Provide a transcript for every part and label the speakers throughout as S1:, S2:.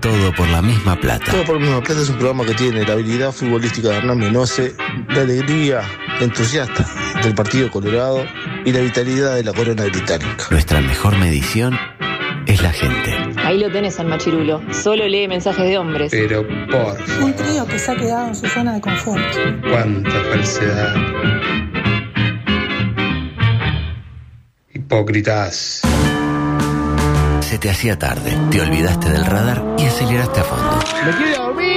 S1: Todo por la misma plata.
S2: Todo por la misma plata es un programa que tiene la habilidad futbolística de Hernán Menose, la alegría entusiasta del Partido Colorado y la vitalidad de la corona británica.
S1: Nuestra mejor medición es la gente.
S3: Ahí lo tenés al machirulo. Solo lee mensajes de hombres.
S4: Pero por
S5: Un trío que se ha quedado en su zona de confort.
S4: cuánta falsedad. Hipócritas.
S1: Se te hacía tarde, te olvidaste del radar y aceleraste a fondo.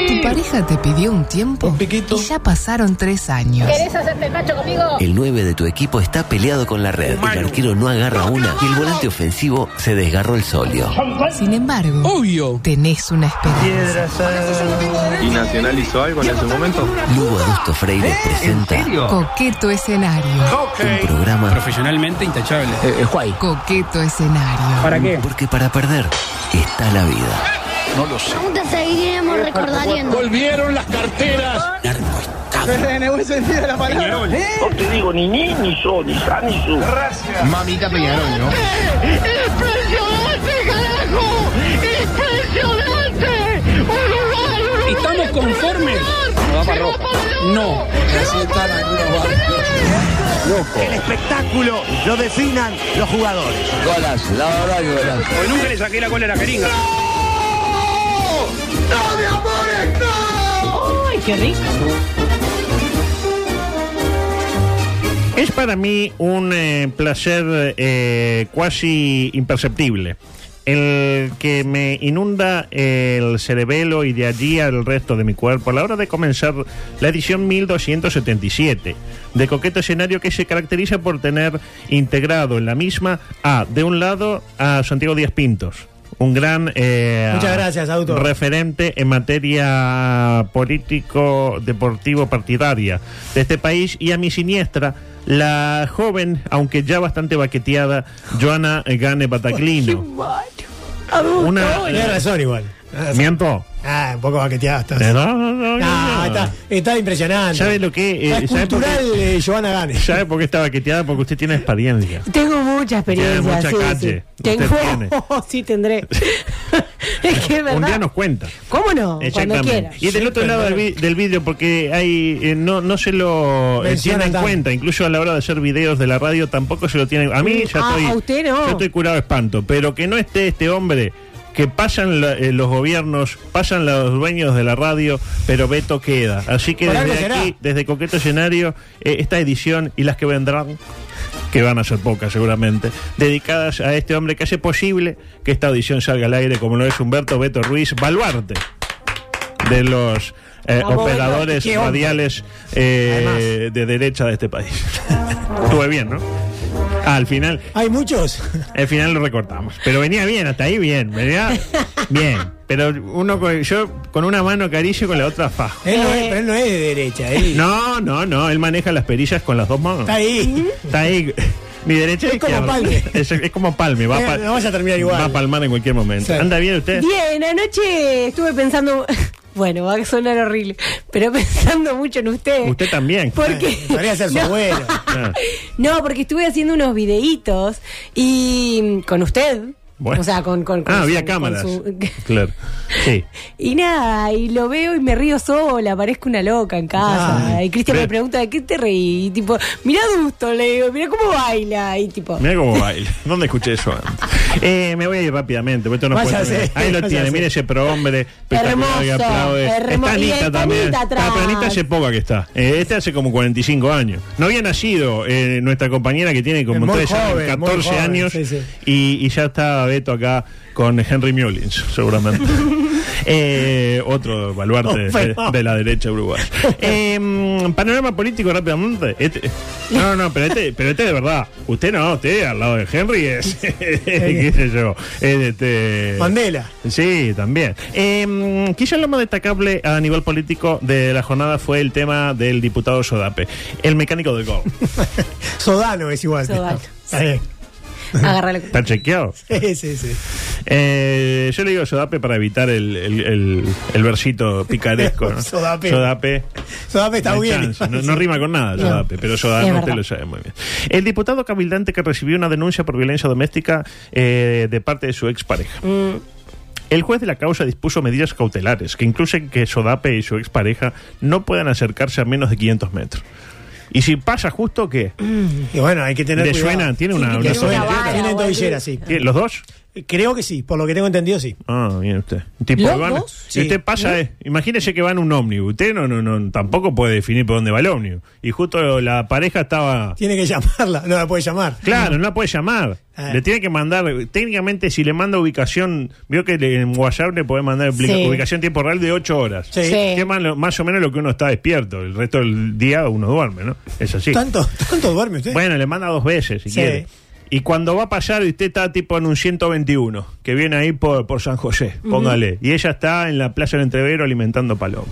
S6: ¿Tu pareja te pidió un tiempo? Y ya pasaron tres años.
S1: El 9 de tu equipo está peleado con la red. El arquero no agarra una y el volante ofensivo se desgarró el solio.
S6: Sin embargo, tenés una esperanza.
S7: ¿Y Nacional hizo algo en ese momento?
S1: Lugo Augusto Freire presenta
S6: Coqueto escenario.
S1: un programa
S8: Profesionalmente intachable.
S6: Coqueto escenario.
S8: ¿Para qué?
S1: porque para perder está la vida.
S9: Aún te seguiremos recordaría.
S8: Volvieron las carteras.
S7: Mamita Peñarol, ¿no?
S9: ¡Impresionante, carajo! ¡Impresionante! ¡Uruguay,
S8: ¿Estamos conformes? No. Porque nunca le saqué la cola a la jeringa.
S3: ¡Ay, qué rico!
S10: Es para mí un eh, placer eh, cuasi imperceptible. El que me inunda el cerebelo y de allí al resto de mi cuerpo a la hora de comenzar la edición 1277 de Coqueto Escenario que se caracteriza por tener integrado en la misma a, de un lado, a Santiago Díaz Pintos, un gran eh,
S11: Muchas gracias, Auto.
S10: referente en materia político, deportivo, partidaria de este país y a mi siniestra la joven, aunque ya bastante baqueteada, Joana Gane Bataclino. Una,
S11: Tenía razón igual.
S10: miento.
S11: Ah, un poco baqueteado estás.
S10: Eh, no, no, no, no.
S11: Ah, está, está impresionante.
S10: ¿Sabe lo que, eh,
S11: Está
S10: sabe por qué?
S11: cultural, eh, Giovanna Gane.
S10: ¿Sabe por qué está baqueteada? Porque usted tiene experiencia.
S12: Tengo mucha experiencia.
S10: Tiene mucha
S12: sí,
S10: calle.
S12: sí. Tengo,
S10: Usted tiene.
S12: sí tendré. es que es verdad.
S10: Un día nos cuenta.
S12: ¿Cómo no? Cuando quiera.
S10: Y del otro lado del, vi- del vidrio, porque hay eh, no, no se lo eh,
S11: Menciona
S10: tiene en
S11: tanto.
S10: cuenta, incluso a la hora de hacer videos de la radio tampoco se lo tienen. A mí ya
S12: Ah,
S10: estoy,
S12: a usted no.
S10: yo estoy curado de espanto, pero que no esté este hombre que pasan la- eh, los gobiernos, pasan los dueños de la radio, pero Beto queda. Así que
S11: Por algo
S10: desde
S11: será.
S10: aquí, desde Coqueto Escenario, eh, esta edición y las que vendrán que van a ser pocas seguramente, dedicadas a este hombre que hace posible que esta audición salga al aire, como lo es Humberto Beto Ruiz, baluarte de los eh,
S12: Bravo,
S10: operadores
S11: Beto, qué hombre.
S10: radiales eh, de derecha de este país. Estuve bien, ¿no? Ah, al final,
S11: Hay muchos.
S10: al final lo recortamos. Pero venía bien, hasta ahí bien, venía bien. Pero uno con- yo con una mano acaricio y con la otra fajo.
S11: Él no es, pero él no es de derecha. Él
S10: No, no, no, él maneja las perillas con las dos manos.
S11: está ahí.
S10: Está ahí. Mi derecha
S11: Es
S10: y
S11: como
S10: izquierda.
S11: palme.
S10: Es, es como palme. Va
S11: Eh,
S10: pa-
S11: no vas a terminar igual.
S10: Va a palmar en cualquier momento.
S11: Sí.
S10: ¿Anda bien usted?
S12: Bien, anoche estuve pensando. Bueno, va a sonar horrible, pero pensando mucho en usted.
S10: Usted también.
S12: Porque.
S11: Podría ser su abuelo.
S10: Ah,
S12: No, porque estuve haciendo unos videitos y. con usted.
S10: bueno.
S12: O sea, con. con, con
S10: ah,
S12: su-
S10: había
S12: con
S10: cámaras.
S12: su-
S10: Claro. Sí.
S12: Y nada, y lo veo y me río sola, parezco una loca en casa.
S11: Ay.
S12: y Cristian
S10: Ve.
S12: me pregunta, ¿de qué te reí? Y tipo, mirá Dusto, le digo, mirá cómo baila. Y tipo,
S10: Mira cómo baila. ¿Dónde escuché eso antes? Eh, me voy a ir rápidamente. porque esto no
S11: Váyase,
S10: puede terminar. Ahí lo
S11: váyase.
S10: tiene. Mire ese prohombre. espectacular que
S12: Hermoso,
S10: aplaude.
S12: hermo- y
S10: Está Anita
S12: está
S10: también.
S12: Anita atrás.
S10: Está, pero Anita hace poca que está. Eh, este hace como 45 años. No había nacido eh, nuestra compañera que tiene como
S11: Muy
S10: 3
S11: joven,
S10: años,
S11: muy
S10: 14
S11: joven,
S10: años.
S11: sí, sí.
S10: Y, y ya está Beto acá con Henry Mullins, seguramente. Eh, otro baluarte
S11: Un
S10: de,
S11: fenómeno.
S10: de la derecha uruguaya. Eh, mm, panorama político rápidamente. Este- no, no, pero este, pero este de verdad. Usted no, usted al lado de Henry es, qué sé yo, es este...
S11: Mandela.
S10: Sí, también. Eh, quizás lo más destacable a nivel político de la jornada fue el tema del diputado Sodape, el mecánico del gol.
S11: Sodano es igual.
S12: Sodano.
S11: Está bien.
S12: agarra la
S10: ¿Está chequeado?
S11: Sí, sí, sí.
S10: Eh, yo le digo Sodape para evitar el, el, el- el versito picaresco. ¿no?
S8: Sodape.
S10: Sodape.
S8: Sodape está
S10: No hay
S8: bien.
S10: chance, No, no rima con nada,
S8: No.
S10: Sodape, pero Sodape
S8: Es
S10: usted
S8: verdad.
S10: lo sabe muy bien. El diputado cabildante que recibió una denuncia por violencia doméstica eh, de parte de su expareja.
S8: Mm.
S10: El juez de la causa dispuso medidas cautelares que incluyen que Sodape y su expareja no puedan acercarse a menos de 500 metros. Y si pasa justo, ¿qué?
S8: Y bueno, hay que tener
S10: ¿Le
S8: cuidado.
S10: suena? ¿Tiene una-
S8: Le
S10: una
S8: suena,
S10: suena?
S8: tiene- Tienen tobilleras, sí.
S10: ¿Qué, ¿Los dos?
S8: Creo que sí, por lo que tengo entendido, sí.
S10: Ah, bien usted. Tipo,
S8: ¿Los
S10: van-
S8: dos?
S10: Si usted
S8: Sí.
S10: pasa,
S8: ¿Mm?
S10: eh, imagínese que va en un ómnibus. Usted no, no, no, tampoco puede definir por dónde va el ómnibus. Y justo la pareja estaba.
S8: Tiene que llamarla, no la puede llamar.
S10: Claro, no la puede llamar.
S8: Ah.
S10: Le tiene que mandar. Técnicamente, si le manda ubicación, vio que le- en WhatsApp le puede mandar ubica-
S8: Sí.
S10: ubicación tiempo real de 8 horas.
S8: Sí. Sí.
S10: Que es más, lo- más o menos lo que uno está despierto. El resto del día uno duerme, ¿no? Es así.
S8: ¿Tanto, tanto duerme usted?
S10: Bueno, le manda dos veces, si
S8: Sí.
S10: quiere. Y cuando va a pasar, usted está tipo en un 121, que viene ahí por, por San José,
S8: Ujú.
S10: póngale. Y ella está en la playa del Entrevero alimentando paloma.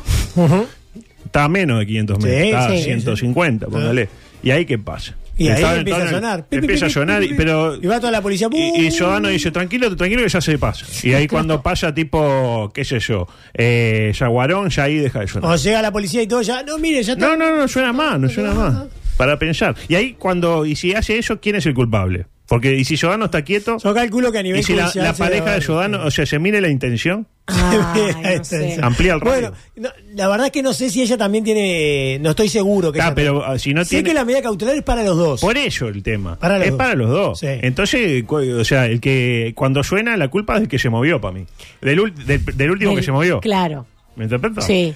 S10: Está a menos de 500
S8: Sí,
S10: metros, está a
S8: sí, Ah.
S10: 150, póngale. ¿Y ahí qué pasa?
S8: Y ahí
S10: Está en-
S8: empieza a
S10: está en-
S8: sonar. Pi, pi,
S10: Empieza a
S8: pi, pi,
S10: sonar,
S8: pi,
S10: y-
S8: pi.
S10: pero
S8: Y va uh. toda la policía.
S10: y, y
S8: ¡bu!
S10: Giordano dice, tranquilo, tranquilo que ya se pasa. Y ahí cuando pasa tipo, qué sé yo, eh, Yaguarón, ya ahí deja de sonar.
S8: O llega la policía y todo ya. No, mire, ya está.
S10: No, no, no suena más, no suena más. Para pensar. Y ahí cuando, y si hace eso, ¿quién es el culpable? Porque y si Giordano está quieto,
S8: Yo calculo que a nivel
S10: y si la,
S8: judicial
S10: la
S8: se va
S10: pareja
S8: a-
S10: de Giordano, o sea, se mire la intención,
S8: Ay, no sé.
S10: amplía el radio.
S8: Bueno, no, la verdad es que no sé si ella también tiene. No estoy seguro que.
S10: Está,
S8: ella-
S10: pero ah, si no
S8: sé
S10: tiene...
S8: que la medida cautelar es para los dos.
S10: Por eso el tema.
S8: Para los
S10: es
S8: dos.
S10: para los dos.
S8: Sí.
S10: Entonces, cu- o sea, el que cuando suena, la culpa es del que se movió para mí. Del, ul- del- del último que
S12: Del-
S10: se movió.
S12: Claro,
S10: ¿Me interpreta?
S12: sí,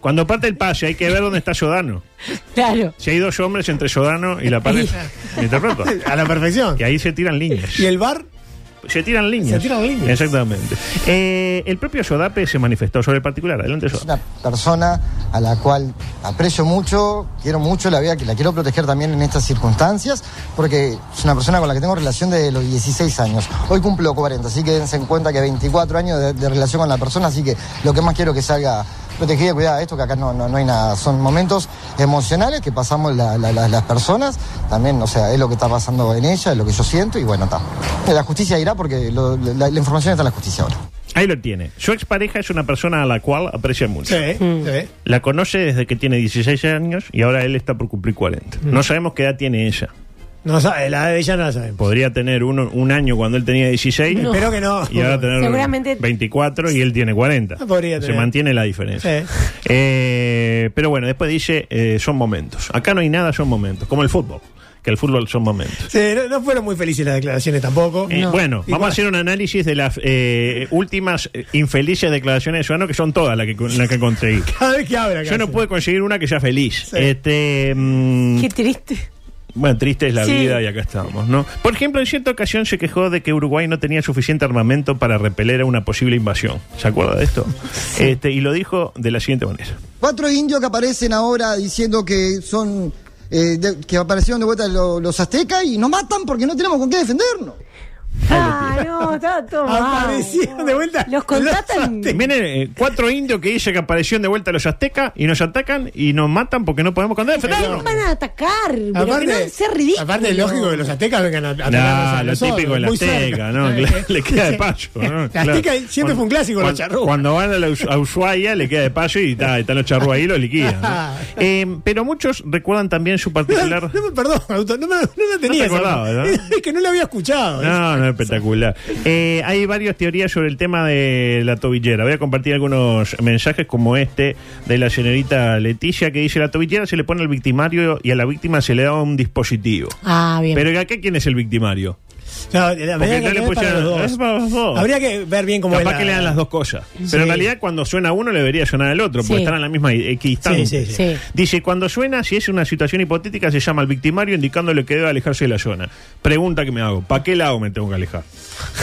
S10: Cuando parte el pase, hay que ver dónde está Giordano.
S12: claro.
S10: Si hay dos hombres entre Giordano y la pareja. ¿Me interpreto?
S8: A la perfección.
S10: Y ahí se tiran líneas.
S8: ¿Y el bar?
S10: Se tiran líneas.
S8: Se tiran líneas.
S10: Exactamente. Eh, el propio Sodape se manifestó sobre el particular. Adelante,
S2: Es
S10: Sodape.
S2: una persona a la cual aprecio mucho, quiero mucho, la, vida, la quiero proteger también en estas circunstancias, porque es una persona con la que tengo relación desde los 16 años. Hoy cumplo 40, así que dense en cuenta que 24 años de, de relación con la persona, así que lo que más quiero que salga protegida, cuidada, esto que acá no, no, no hay nada, son momentos emocionales que pasamos la- la- la- las personas, también, o sea, es lo que está pasando en ella, es lo que yo siento, y bueno, está. La justicia irá porque lo- la- la información está en la justicia ahora.
S10: Ahí lo tiene. Su expareja es una persona a la cual aprecia mucho.
S8: Sí, ¿eh?
S12: Mm.
S8: sí.
S10: La conoce desde que tiene 16 años y ahora él está por cumplir 40. No sabemos qué edad tiene ella.
S8: Mm. No sabe, la de ella no la sabemos.
S10: Podría tener uno, un año cuando él tenía 16.
S8: No. Espero que no.
S10: Y ahora tener
S8: Seguramente-
S10: 24 y él tiene 40.
S8: Ah, podría
S10: Se
S8: tener.
S10: mantiene la diferencia.
S8: Sí.
S10: Eh, pero bueno, después dice, eh, son momentos. Acá no hay nada, son momentos. Como el fútbol. Que el fútbol son momentos.
S8: Sí, no, no fueron muy felices las declaraciones tampoco.
S10: Eh, Bueno,
S8: Y
S10: vamos a hacer un análisis de las eh, últimas eh, infelices declaraciones de Joano, que son todas las que, las que conseguí.
S8: Cada vez que habla,
S10: Yo no pude conseguir una que sea feliz.
S8: Sí.
S10: Este, mm,
S12: Qué triste.
S10: bueno, triste es la
S12: Sí.
S10: vida y acá estamos, ¿no? Por ejemplo, en cierta ocasión se quejó de que Uruguay no tenía suficiente armamento para repeler a una posible invasión. ¿Se acuerda de esto? Este, y lo dijo de la siguiente manera.
S2: Cuatro indios que aparecen ahora diciendo que son. eh, de- que aparecieron de vuelta lo- los aztecas y nos matan porque no tenemos con qué defendernos.
S12: Ah, no, está todo mal.
S8: Aparecieron de vuelta.
S12: Los contratan.
S10: Vienen eh, cuatro indios que dicen que aparecieron de vuelta los aztecas y nos atacan y nos matan porque no podemos condenar.
S12: ¿Quién van a atacar? Pero que no sea ridículo.
S8: aparte es lógico que los aztecas vengan a, a atacarnos
S10: No,
S8: a
S10: lo
S8: nosotros,
S10: típico de la
S8: muy cerca.
S10: azteca, ¿no? Claro, le queda de payo. ¿no?
S8: La azteca siempre fue un clásico, la
S10: cuando,
S8: charrúa.
S10: Cuando van a, la Ushu- a Ushuaia, le queda de payo y ta- están los charrúas ahí, los liquidan. ¿no? Eh, pero muchos recuerdan también su particular.
S8: No, me- perdón, Augusto, no, me, no la tenía. esa-
S10: acordabas, ¿no?
S8: Es que no la había escuchado.
S10: No, no, espectacular. Eh, hay varias teorías sobre el tema de la tobillera. Voy a compartir algunos mensajes como este de la señorita Leticia que dice, la tobillera se le pone al victimario y a la víctima se le da un dispositivo.
S12: Ah, bien.
S10: Pero acá, ¿quién es el victimario?
S8: No, la
S10: Porque
S8: medida
S10: no le
S8: que queda es para
S10: pusieron-
S8: los dos.
S10: es para los dos.
S8: Habría que ver bien cómo es
S10: Capaz
S8: la-
S10: que le dan las dos cosas.
S8: Sí.
S10: Pero en realidad cuando suena uno le debería sonar al otro, porque
S8: Sí.
S10: están a la misma equidistancia.
S8: Sí, sí, sí. Sí.
S10: Dice, cuando suena, si es una situación hipotética, se llama al victimario indicándole que debe alejarse de la zona. Pregunta que me hago, ¿para qué lado me tengo que alejar?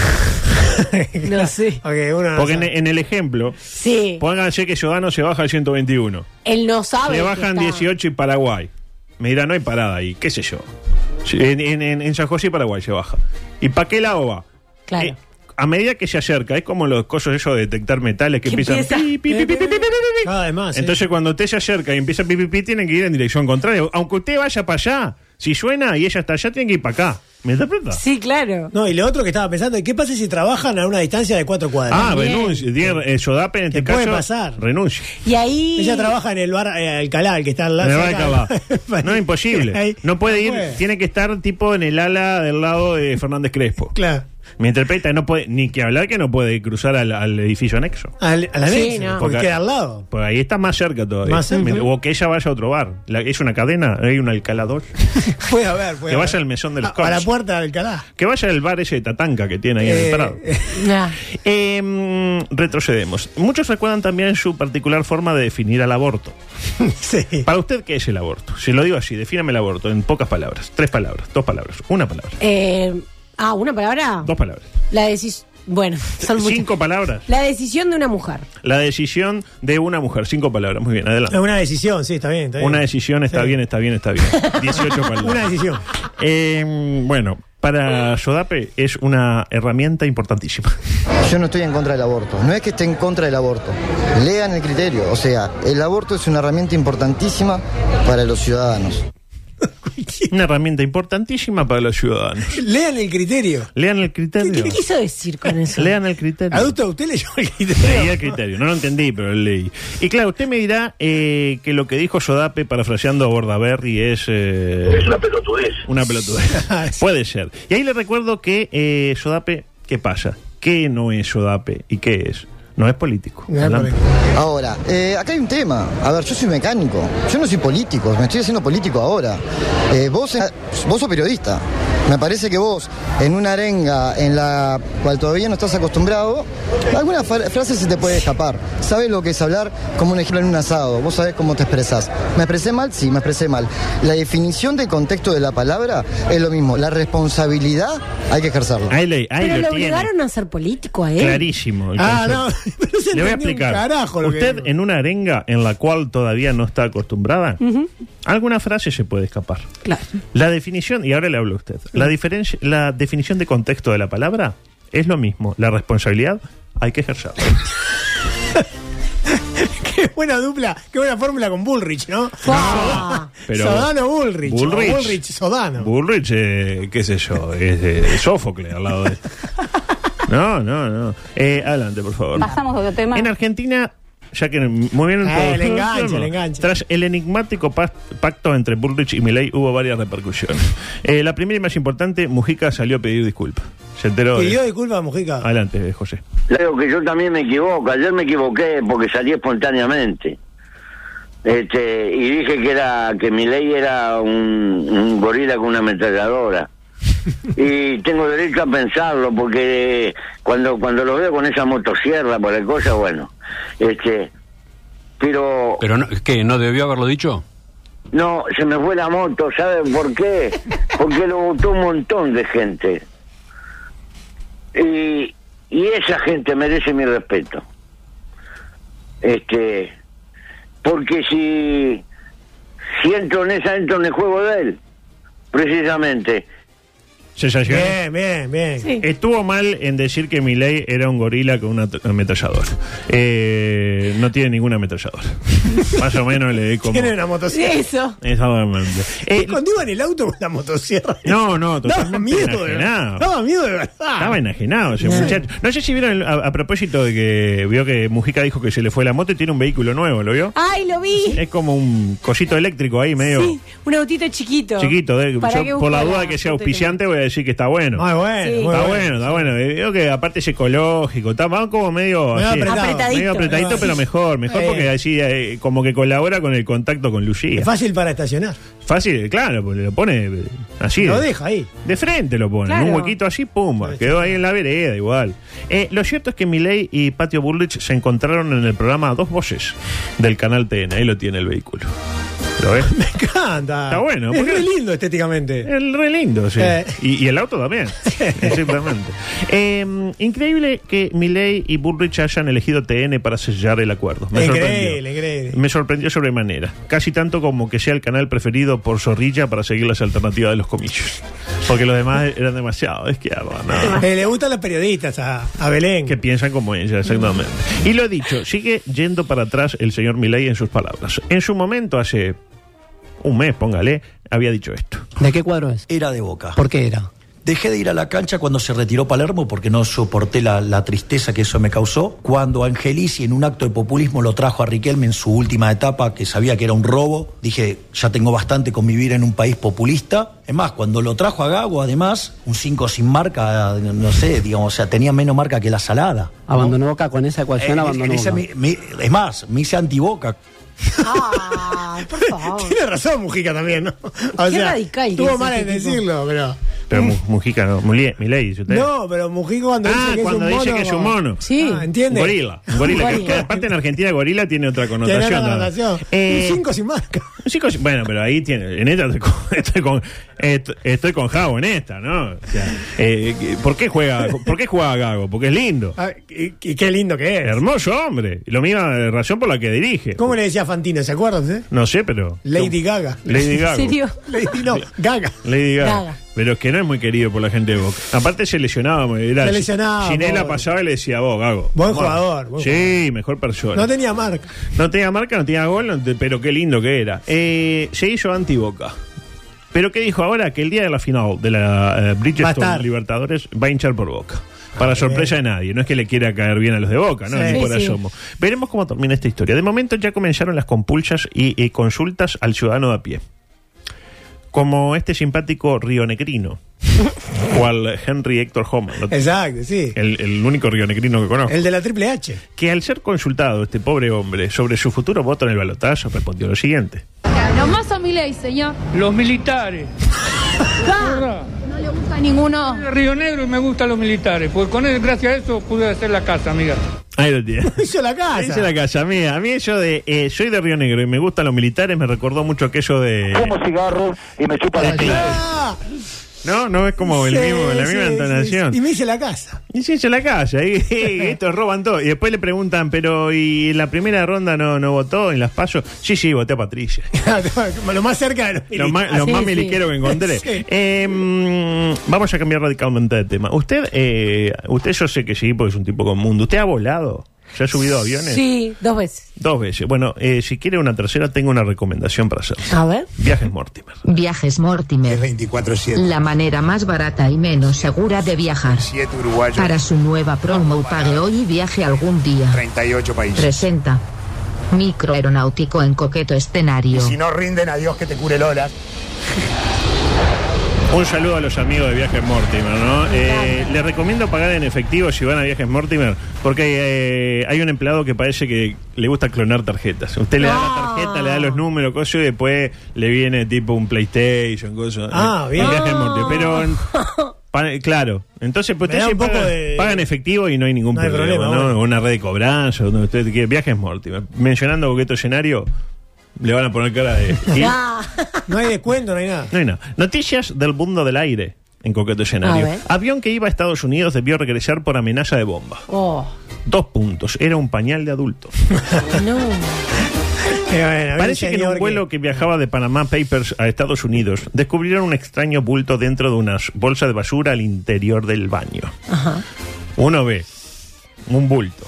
S12: No sé.
S8: Ok, una-
S10: Porque en, en el ejemplo,
S12: Sí.
S10: pónganse que Giordano se baja al 121.
S12: Él no sabe. que
S10: Le bajan
S12: está-
S10: 18 y Paraguay. Me dirá, no hay parada ahí, qué sé yo. En, en- en- en San José y Paraguay se baja. ¿Y para qué lado va?
S12: Claro.
S10: Eh, a medida que se acerca, es como los cosos esos de detectar metales que
S8: Que
S10: empiezan.
S8: empieza-
S10: pi, pi, pi, pi, pi, pi, pi, pi.
S8: Cada vez más. ¿eh?
S10: Entonces, cuando usted se acerca y empieza pipipi, tienen que ir en dirección contraria. Aunque usted vaya para allá, si suena y ella está allá, tienen que ir para acá. ¿Me interpreta?
S12: Sí, claro.
S8: No, y lo otro que estaba pensando, ¿qué pasa si trabajan a una distancia de cuatro cuadras?
S10: Ah, renuncia. Dier- eh, Sodape en este
S8: ¿Qué
S10: caso.
S8: puede pasar?
S10: Renuncia.
S12: Y ahí.
S8: Ella trabaja en el bar eh, Alcalá, el que está al lado.
S10: Me va a acabar. No,
S8: Ahí. Ah,
S10: imposible. No puede
S8: No
S10: ir,
S8: puede.
S10: tiene que estar tipo en el ala del lado de Fernández Crespo.
S8: Claro.
S10: Me interpreta, no puede, ni que hablar que no puede cruzar al, al edificio anexo.
S8: Al- a la
S12: Sí,
S8: vez,
S12: no.
S8: porque
S10: Porque-
S8: queda al lado.
S10: Por ahí está más cerca todavía.
S8: Más cerca.
S10: Me- O que ella vaya a otro bar. La- es una cadena, hay un Alcalá 2.
S8: Puede haber, puede
S10: Que
S8: haber.
S10: vaya al mesón de los
S8: Ah, a la
S10: Cops.
S8: puerta de Alcalá.
S10: Que vaya al bar ese de Tatanca que tiene ahí en
S8: Eh,
S10: el Prado.
S12: Nah.
S10: Eh, mm, retrocedemos. Muchos recuerdan también su particular forma de definir al aborto.
S8: Sí.
S10: Para usted, ¿qué es el aborto? Si lo digo así, defíname el aborto en pocas palabras. Tres palabras, dos palabras, una palabra,
S12: Eh, ah, una palabra.
S10: dos palabras.
S12: La decisión. Bueno, son muchas.
S10: Cinco palabras.
S12: La decisión de una mujer.
S10: La decisión de una mujer. Cinco palabras. Muy bien,
S8: Es
S10: adelante.
S8: una decisión, sí, está bien. Está bien.
S10: Una decisión está
S8: Sí.
S10: bien, está bien, está bien. 18 palabras.
S8: Una decisión.
S10: Eh, bueno, para Sodape es una herramienta importantísima.
S2: Yo no estoy en contra del aborto. No es que esté en contra del aborto. Lean el criterio. O sea, el aborto es una herramienta importantísima para los ciudadanos.
S10: Una herramienta importantísima para los ciudadanos.
S8: Lean el criterio.
S10: Lean el criterio.
S12: ¿Qué quiso decir con eso?
S10: Lean el criterio.
S8: Adulto, usted leyó el
S10: Leí el
S8: criterio.
S10: criterio, no lo entendí, pero lo leí. Y claro, usted me dirá eh, que lo que dijo Sodape parafraseando a Bordaberry es... es una pelotudez. Una pelotudez. Puede ser. Y ahí le recuerdo que eh, Sodape, ¿qué pasa? ¿Qué no es Sodape y qué es? No es político.
S8: No es
S10: Adelante.
S2: Ahora, eh, acá hay un tema. A ver, yo soy mecánico. Yo no soy político. Me estoy haciendo político ahora. Eh, vos, eh, vos sos periodista. Me parece que vos, en una arenga en la cual todavía no estás acostumbrado, alguna fra- frase se te puede escapar. Sabes lo que es hablar como un ejemplo en un asado. Vos sabés cómo te expresás. ¿Me expresé mal? Sí, me expresé mal. La definición del contexto de la palabra es lo mismo. La responsabilidad hay que ejercerla.
S10: Ahí, le- ahí
S12: Pero
S10: lo
S12: lo
S10: tiene.
S12: obligaron a ser político a él.
S10: Clarísimo. el
S8: Ah, no.
S10: concepto.
S8: Pero se
S10: Le voy a
S8: entendió un
S10: explicar.
S8: Carajo lo que
S10: Usted
S8: dijo.
S10: en una arenga en la cual todavía no está acostumbrada, alguna frase se puede escapar.
S12: Claro.
S10: La definición, y ahora le hablo a usted, la, diferencia, la definición de contexto de la palabra es lo mismo. La responsabilidad hay que ejercerla.
S8: Qué buena dupla, qué buena fórmula con Bullrich, ¿no?
S12: Fua.
S10: Pero-
S8: Sodano Bullrich. o
S10: Bullrich.
S8: Bullrich Sodano.
S10: Bullrich, eh, qué sé yo, es eh, Sófocles al lado de... No, no, no. Eh, adelante, por favor.
S1: Pasamos a otro tema.
S10: En Argentina, ya que muy bien...
S8: Ah,
S10: todos-
S8: el enganche, el enganche.
S10: Tras el enigmático pas- pacto entre Bullrich y Milei hubo varias repercusiones. Eh, la primera y más importante, Mujica salió a pedir disculpas. Se enteró. de-
S8: Pidió disculpas, Mujica.
S10: Adelante, José.
S13: Claro que yo también me equivoco. Ayer me equivoqué porque salí espontáneamente. Este, y dije que era que mi ley era un, un gorila con una ametralladora. Y tengo derecho a pensarlo porque cuando cuando lo veo con esa motosierra por el cosa, bueno. Este, pero
S14: Pero no, ¿qué? ¿No debió haberlo dicho?
S13: no, se me fue la moto, ¿saben por qué? Porque lo votó un montón de gente. Y, y esa gente merece mi respeto. Este, porque si, si entro en esa, entro en el juego de él, precisamente.
S10: Sensaciones.
S8: Bien, bien, bien.
S10: Estuvo mal en decir que Milei era un gorila con una t- ametralladora. Eh, no tiene ninguna ametralladora. Más o menos le di como...
S8: Tiene una motosierra.
S12: Eso.
S10: Exactamente. Eh,
S8: Escondido en el auto con la motosierra.
S10: no, no,
S8: Daba
S10: totalmente
S8: miedo, de verdad.
S10: enajenado.
S8: Daba miedo de verdad.
S10: Estaba enajenado ese muchacho. No sé si vieron, el- a, a propósito de que vio que Mujica dijo que se le fue la moto y tiene un vehículo nuevo, ¿lo
S5: Ah.
S10: vio?
S12: Ay, lo vi.
S10: Es como un cosito eléctrico ahí, medio
S12: Sí, un autito chiquito.
S10: chiquito. de- yo,
S12: ¿Para qué
S10: por la
S12: buscar
S10: duda
S12: foto
S10: que sea
S12: y todo?
S10: auspiciante, voy a decir que está bueno.
S8: Muy bueno,
S12: Sí.
S8: muy
S10: Está
S8: bueno.
S10: bueno, está bueno. Eh, Veo que aparte es ecológico, está más como medio
S8: Medio
S10: así,
S8: apretado.
S12: Apretadito.
S10: medio apretadito, pero mejor, mejor
S8: Eh.
S10: porque así eh, como que colabora con el contacto con Lucía.
S8: Es fácil para estacionar.
S10: Fácil, claro, porque lo pone eh, así.
S8: Lo
S10: de-
S8: deja ahí.
S10: De frente lo pone, en un
S12: Claro.
S10: huequito así, pumba, quedó ahí en la vereda igual. Eh, lo cierto es que Milei y Patio Bullrich se encontraron en el programa Dos Voces del canal TN, ahí lo tiene el vehículo. ¿Lo ves?
S8: Me encanta.
S10: Está bueno,
S8: Es
S10: porque-
S8: muy lindo estéticamente.
S10: El re lindo, sí.
S8: Eh.
S10: Y, y el auto también. Exactamente. Eh, increíble que Milley y Bullrich hayan elegido TN para sellar el acuerdo. Me
S8: Increíble,
S10: sorprendió.
S8: increíble.
S10: Me sorprendió sobremanera. Casi tanto como que sea el canal preferido por Zorrilla para seguir las alternativas de los comillos. Porque los demás eran demasiado. Es que, ah, no.
S8: Eh, le gustan las periodistas a, a Belén.
S10: Que piensan como ella, exactamente. Y lo dicho, sigue yendo para atrás el señor Milei en sus palabras. En su momento, hace un mes, póngale, había dicho esto.
S4: ¿De qué cuadro es?
S15: Era de Boca.
S4: ¿Por qué era?
S1: Dejé de ir a la cancha cuando se retiró Palermo porque no soporté la, la tristeza que eso me causó. Cuando Angelici, en un acto de populismo, lo trajo a Riquelme en su última etapa, que sabía que era un robo, dije, ya tengo bastante con vivir en un país populista. Es más, cuando lo trajo a Gago, además, un 5 sin marca, no sé, digamos, o sea, tenía menos marca que la salada.
S4: Abandonó Boca con esa
S1: Eh,
S4: ecuación,
S1: en-
S4: abandonó
S1: en esa
S4: Boca.
S1: mi- mi- es más, me hice antiboca.
S8: Tiene razón Mujica también, ¿no? O
S12: Qué
S8: sea,
S12: radical que
S8: Tuvo
S12: es
S8: mal
S12: este
S8: en
S12: tipo.
S8: decirlo, pero.
S10: Pero Mu- Mujica, no, Mulie- Milei, dice usted.
S8: Mm. No, pero Mujica cuando
S10: Ah,
S8: dice que
S10: cuando
S8: es un
S10: dice
S8: mono.
S10: que es un mono.
S8: Sí. Ah,
S10: Un
S8: ¿Entiendes?
S10: gorila. Un gorila. que- que aparte en Argentina gorila tiene otra connotación.
S8: Tiene otra
S10: ¿no?
S8: connotación.
S10: Eh,
S8: Un cinco sin marca.
S10: un cinco sin- bueno, pero ahí tiene. En esta estoy con, estoy con, est- estoy con Javo en esta, ¿no? O sea, eh, eh, ¿por, qué juega, ¿Por qué juega Gago? Porque es lindo.
S8: Ah, y, y qué lindo que es.
S10: Hermoso hombre. Y Lo misma eh, razón por la que dirige.
S8: ¿Cómo le decía a Fantino? ¿Se acuerdan? eh?
S10: No sé, pero.
S8: Lady Gaga.
S10: Lady Gaga.
S8: ¿En serio? Lady, no, Gaga.
S10: Lady Gaga.
S8: Gaga.
S10: Pero es que no es muy querido por la gente de Boca. Aparte se lesionaba. Era,
S8: Se lesionaba,
S10: Ginela
S8: pobre.
S10: pasaba y le decía, vos, Gago.
S8: Buen
S10: Bueno.
S8: jugador, buen
S10: sí, mejor persona.
S8: No tenía marca.
S10: No tenía marca, no tenía gol, no te- pero qué lindo que era. Eh, se hizo anti-Boca. Pero ¿qué dijo ahora? Que el día de la final de la eh,
S8: Va a
S10: Bridgestone
S8: estar. Ah,
S10: Libertadores va a hinchar por Boca. Para sorpresa de nadie. No es que le quiera caer bien a los de Boca, ¿no?
S8: Sí.
S10: Ni por
S8: Sí, sí.
S10: asomo. Veremos cómo termina esta historia. De momento ya comenzaron las compulsas y, y consultas al ciudadano de a pie. Como este simpático rionegrino, cual Henry Héctor Homer.
S8: Exacto, sí.
S10: El, el único rionegrino que conozco
S8: El de la Triple H.
S10: que al ser consultado este pobre hombre sobre su futuro voto en el balotaje respondió lo siguiente.
S15: Lo más a mi ley, señor.
S16: Los militares.
S15: Va. No le gusta ninguno.
S16: Río Negro y me gustan los militares, porque con él, gracias a eso pude hacer la casa, amiga.
S10: Ahí lo tiene.
S8: Hizo la casa.
S10: Dice la calle, mía. A mí eso de eh, soy de Río Negro y me gustan los militares me recordó mucho aquello de. Como
S13: cigarro y me chupa
S10: la No, no es como el
S8: Ah. Sí,
S10: mismo, la
S8: sí,
S10: misma
S8: sí,
S10: entonación.
S8: sí. Y me hice la casa.
S10: Y se hizo la calle, ahí, estos roban todo. Y después le preguntan, pero ¿y en la primera ronda no, no votó en las pasos? Sí, sí, voté a Patricia.
S8: Como lo más cerca de los
S10: Lo más, lo
S8: Ah, Sí,
S10: más
S8: sí.
S10: miliquero que encontré.
S8: Sí.
S10: Eh, mm, vamos a cambiar radicalmente de tema. Usted, eh, usted yo sé que sí, porque es un tipo con mundo. ¿Usted ha volado? ¿Se ha subido a aviones?
S12: Sí, dos veces.
S10: Dos veces. Bueno, eh, si quiere una tercera, tengo una recomendación para hacer.
S12: A ver.
S10: Viajes Mortimer.
S17: Viajes Mortimer. La manera más barata y menos segura de viajar. Para su nueva promo pague hoy y viaje algún día.
S18: 38
S17: Presenta. Microaeronáutico en coqueto escenario.
S18: no rinden, adiós que te cure Lola.
S10: Un saludo a los amigos de Viajes Mortimer, ¿no?
S8: Ah,
S10: Eh, les recomiendo pagar en efectivo si van a Viajes Mortimer, porque eh, hay un empleado que parece que le gusta clonar tarjetas. Usted le da
S8: Ah.
S10: la tarjeta, le da los números, cosas, y después le viene tipo un PlayStation, cosas.
S8: Ah,
S10: Eh,
S8: bien.
S10: en Viajes Mortimer. Pero, en- pa- claro. Entonces, pues
S8: Me da
S10: usted se
S8: un poco
S10: paga,
S8: de-
S10: paga en efectivo y no hay ningún
S8: No hay
S10: problema,
S8: problema,
S10: ¿no?
S8: bueno.
S10: Una red de cobranza, donde usted quiere. Viajes Mortimer. Mencionando Boqueto Escenario, le van a poner cara de. ¿Y?
S8: No hay descuento, no hay nada.
S10: No hay nada. Noticias del mundo del aire en coqueto
S8: A
S10: escenario.
S8: ver.
S10: Avión que iba a Estados Unidos debió regresar por amenaza de bomba.
S8: Oh.
S10: Dos puntos. Era un pañal de adulto. Parece que en un vuelo que viajaba de Panamá Papers a Estados Unidos descubrieron un extraño bulto dentro de unas bolsas de basura al interior del baño. Uno ve un bulto.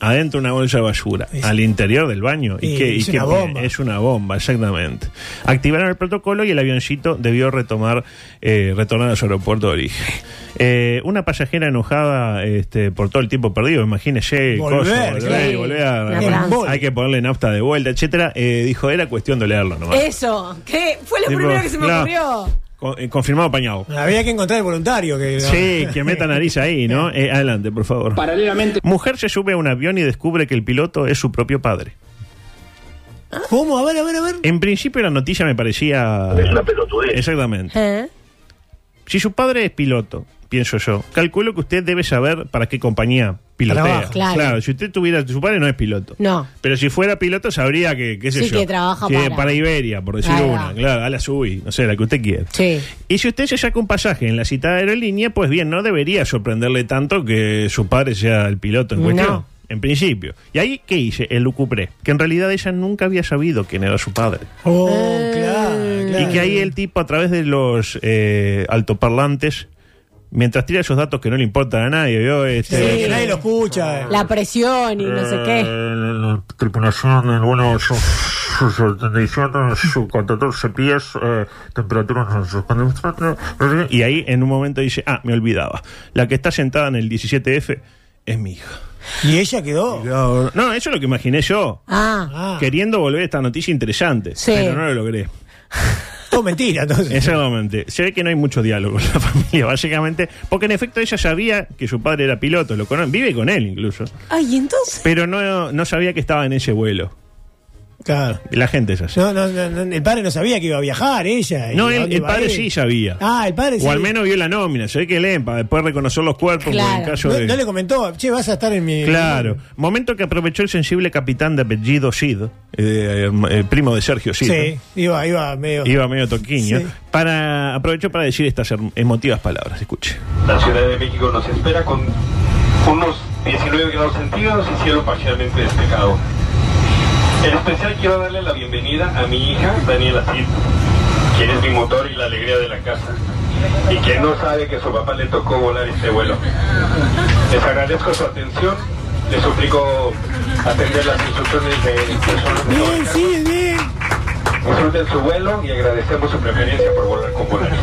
S10: Adentro una bolsa de basura, al interior del baño.
S8: Y
S10: qué-
S8: es
S10: qué-
S8: una bomba.
S10: Es una bomba, exactamente. Activaron el protocolo y el avioncito debió retomar, eh, retornar a su aeropuerto de origen. Eh, una pasajera enojada este, por todo el tiempo perdido, imagínese.
S8: Volver,
S10: cosa,
S8: claro.
S10: volver a-
S8: Una tranza.
S10: hay que ponerle nafta de vuelta, etcétera. Eh, dijo, era cuestión de leerlo nomás.
S12: Eso, ¿qué? Fue lo
S10: Tipo,
S12: primero que se me
S10: claro.
S12: ocurrió.
S10: Con- eh, confirmado pañado.
S8: Había que encontrar el voluntario que.
S10: Sí, que meta nariz ahí, ¿no? Eh, adelante, por favor.
S8: Paralelamente.
S10: Mujer se sube a un avión y descubre que el piloto es su propio padre.
S8: ¿Cómo? A ver, a ver, a ver.
S10: En principio la noticia me parecía... Es una pelotudez. Exactamente.
S12: ¿Eh?
S10: Si su padre es piloto, pienso yo, calculo que usted debe saber para qué compañía pilotea.
S12: Trabaja. Claro.
S10: si usted tuviera... Su padre no es piloto.
S12: No.
S10: Pero si fuera piloto sabría que, qué sé
S12: Sí,
S10: yo.
S12: que trabaja
S10: que
S12: para.
S10: Iberia, por decir
S12: Ahí va.
S10: una. Claro, a la SUBI, no sé, la que usted quiera.
S12: Sí.
S10: Y si usted se saca un pasaje en la citada aerolínea, pues bien, no debería sorprenderle tanto que su padre sea el piloto en
S12: No.
S10: cuestión. En principio. ¿Y ahí qué hice? El lucubré. Que en realidad ella nunca había sabido quién era su padre.
S8: Oh, claro, claro.
S10: Y que ahí el tipo, a través de los eh, altoparlantes, mientras tira esos datos que no le importan a nadie, ¿vio? Este,
S8: Sí, que nadie lo escucha.
S12: La presión y no sé
S10: Eh.
S12: qué.
S4: la tripulación, bueno, su, su, su condición, su contador se pies, eh, temperatura, su condición, eh,
S10: Y ahí en un momento dice, ah, me olvidaba. La que está sentada en el 17F es mi hija.
S8: ¿Y ella quedó?
S10: No, eso es lo que imaginé yo.
S12: Ah,
S10: Queriendo volver a esta noticia interesante.
S12: Sí.
S10: Pero no lo logré.
S8: todo mentira.
S10: Eh,
S8: Entonces.
S10: Exactamente. Se ve que no hay mucho diálogo en la familia, básicamente. Porque en efecto ella sabía que su padre era piloto, lo cono- vive con él incluso.
S12: Ay, ¿y entonces.
S10: Pero no, no sabía que estaba en ese vuelo.
S8: Claro.
S10: La gente es así.
S8: No, no, no, no, el padre no sabía que iba a viajar ella. y
S10: No,
S8: a
S10: el,
S8: dónde
S10: el
S8: iba
S10: padre
S8: él.
S10: sí sabía.
S8: Ah, el padre sí.
S10: O al menos vio la nómina. Se ve que leen para después reconocer los cuerpos. por el
S8: Claro.
S10: caso
S8: no,
S10: de...
S8: no le comentó, che, vas a estar en mi.
S10: Claro. Momento que aprovechó el sensible capitán de apellido Sid, eh, herma- eh, primo de Sergio Sid.
S8: Sí, iba, iba medio.
S10: ¿no? Iba medio toquiño.
S8: Sí.
S10: Para, aprovechó para decir estas herm- emotivas palabras. Escuche.
S7: La Ciudad de México nos espera con unos 19 grados centígrados y cielo parcialmente despejado. En especial quiero darle la bienvenida a mi hija, Daniela Cid, quien es mi motor y la alegría de la casa, y quien no sabe que su papá le tocó volar este vuelo. Les agradezco su atención, les suplico atender las instrucciones de...
S8: Bien, sí, bien.
S7: Disfruten su vuelo y agradecemos su preferencia por volar con Volaris.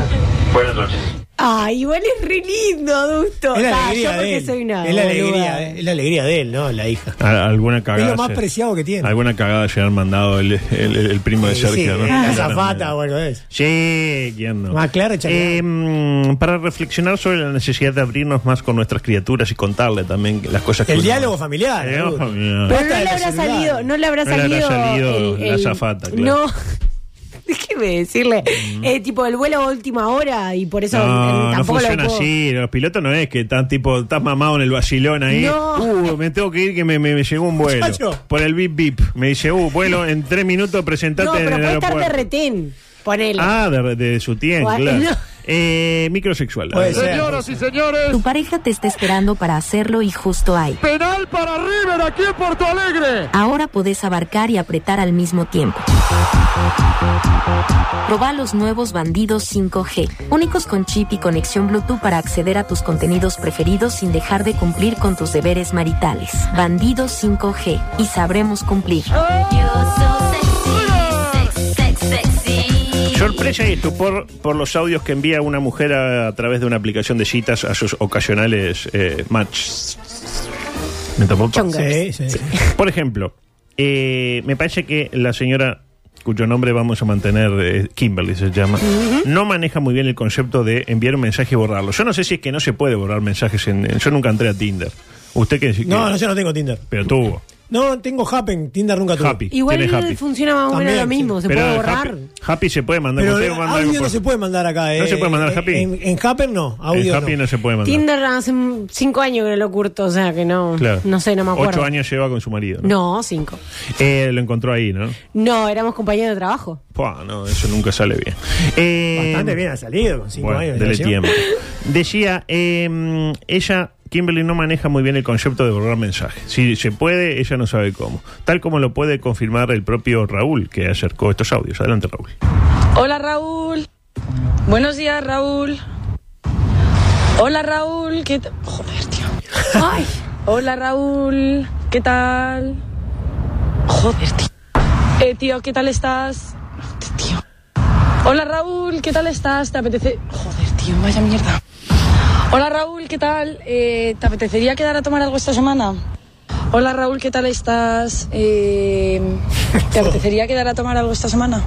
S7: Buenas noches.
S12: Ay, igual es re lindo, adusto.
S8: Es la
S12: Ah,
S8: alegría
S12: yo
S8: de
S12: porque
S8: él.
S12: soy una
S8: es, la
S12: boluda.
S8: alegría, es la alegría de él, ¿no? La hija.
S10: A- alguna
S8: Es
S10: cagada.
S8: lo más
S10: se-
S8: preciado que tiene.
S10: Alguna cagada se han mandado el, el- el- el primo de
S8: Sí, sí,
S10: Sergio. ¿no?
S8: la zafata, bueno, es.
S10: Sí, ¿quién no?
S8: Más claro, chacal.
S10: Eh, mm, para reflexionar sobre la necesidad de abrirnos más con nuestras criaturas y contarle también las cosas que
S8: El
S10: uno- Eh,
S8: diálogo familiar.
S10: El diálogo
S8: seguro.
S10: familiar.
S12: Pero
S8: Basta
S12: no le
S8: de los
S12: habrá
S8: celulares.
S12: salido, no le habrá
S10: No le habrá
S12: salido,
S10: salido la azafata, claro. Mm.
S12: No. Déjeme decirle, eh, tipo el vuelo a última hora y por eso
S10: No,
S12: eh,
S10: no
S12: tampoco
S10: funciona
S12: lo puedo.
S10: así. Los pilotos no es que están tipo, estás mamado en el vacilón ahí.
S12: No.
S10: Uh, me tengo que ir que me, me- me llegó un vuelo.
S12: Muchacho.
S10: Por el bip bip. Me dice, uh, vuelo en tres minutos, presentate
S12: No,
S10: en
S12: pero
S10: el
S12: puede estar
S10: aeropuerto.
S12: de retén. Ponele.
S10: Ah, de, de su tienda,
S12: Bueno.
S10: claro. Eh, microsexual.
S3: y señores. Tu pareja te está esperando para hacerlo y justo ahí.
S9: Penal para River aquí en Porto Alegre.
S3: Ahora podés abarcar y apretar al mismo tiempo. Proba los nuevos bandidos 5G, únicos con chip y conexión Bluetooth para acceder a tus contenidos preferidos sin dejar de cumplir con tus deberes maritales. Bandidos 5G, y sabremos cumplir.
S10: eh, Sorpresa y estupor por los audios que envía una mujer a, a través de una aplicación de citas a sus ocasionales eh, matches. ¿Me tapó?
S8: Sí, sí, sí.
S10: Por ejemplo, eh, me parece que la señora cuyo nombre vamos a mantener, eh, Kimberly se llama, no maneja muy bien el concepto de enviar un mensaje y borrarlo. Yo no sé si es que no se puede borrar mensajes en... en- yo nunca entré a Tinder. ¿Usted qué?
S8: No,
S10: qué-
S8: no, yo no tengo Tinder.
S10: Pero tuvo.
S8: No, tengo Happen. Tinder nunca tuve.
S10: Happy. tiene happy.
S12: Igual funciona más o menos
S8: También,
S12: lo mismo,
S8: sí.
S12: se
S10: Pero
S12: puede
S10: el
S12: borrar.
S10: Happy, Happy se puede mandar.
S8: Pero
S10: usted manda algo
S8: audio no
S10: por-
S8: se puede mandar acá, ¿eh?
S10: ¿No se puede mandar Happy?
S8: En, en Happen no,
S10: En
S8: audio
S10: Happy
S8: no.
S10: no se puede mandar.
S12: Tinder hace mm, cinco años que lo curto, o sea que no.
S10: Claro.
S12: No sé, no me acuerdo.
S10: Ocho años lleva con su marido. ¿no?
S12: No, cinco.
S10: Eh, lo encontró ahí, ¿no?
S12: No, éramos compañeros de trabajo.
S10: Pua, no, eso nunca sale bien. Eh,
S8: Bastante bien ha salido con cinco
S10: bueno,
S8: años.
S10: dele
S8: ya lleva.
S10: tiempo. Decía, eh, ella, Kimberly, no maneja muy bien el concepto de borrar mensajes. Si se puede, ella no sabe cómo. Tal como lo puede confirmar el propio Raúl, que acercó estos audios. Adelante, Raúl.
S5: Hola Raúl. Buenos días Raúl. Hola Raúl, ¿qué tal? Joder, tío. Ay. Hola Raúl, ¿qué tal? Joder, tío. Eh, tío, ¿qué tal estás? Tío. Hola Raúl, ¿qué tal estás? ¿Te apetece? Joder, tío, vaya mierda. Hola Raúl, ¿qué tal? Eh, ¿Te apetecería quedar a tomar algo esta semana? Hola Raúl, ¿qué tal estás? Eh, ¿Te apetecería quedar a tomar algo esta semana?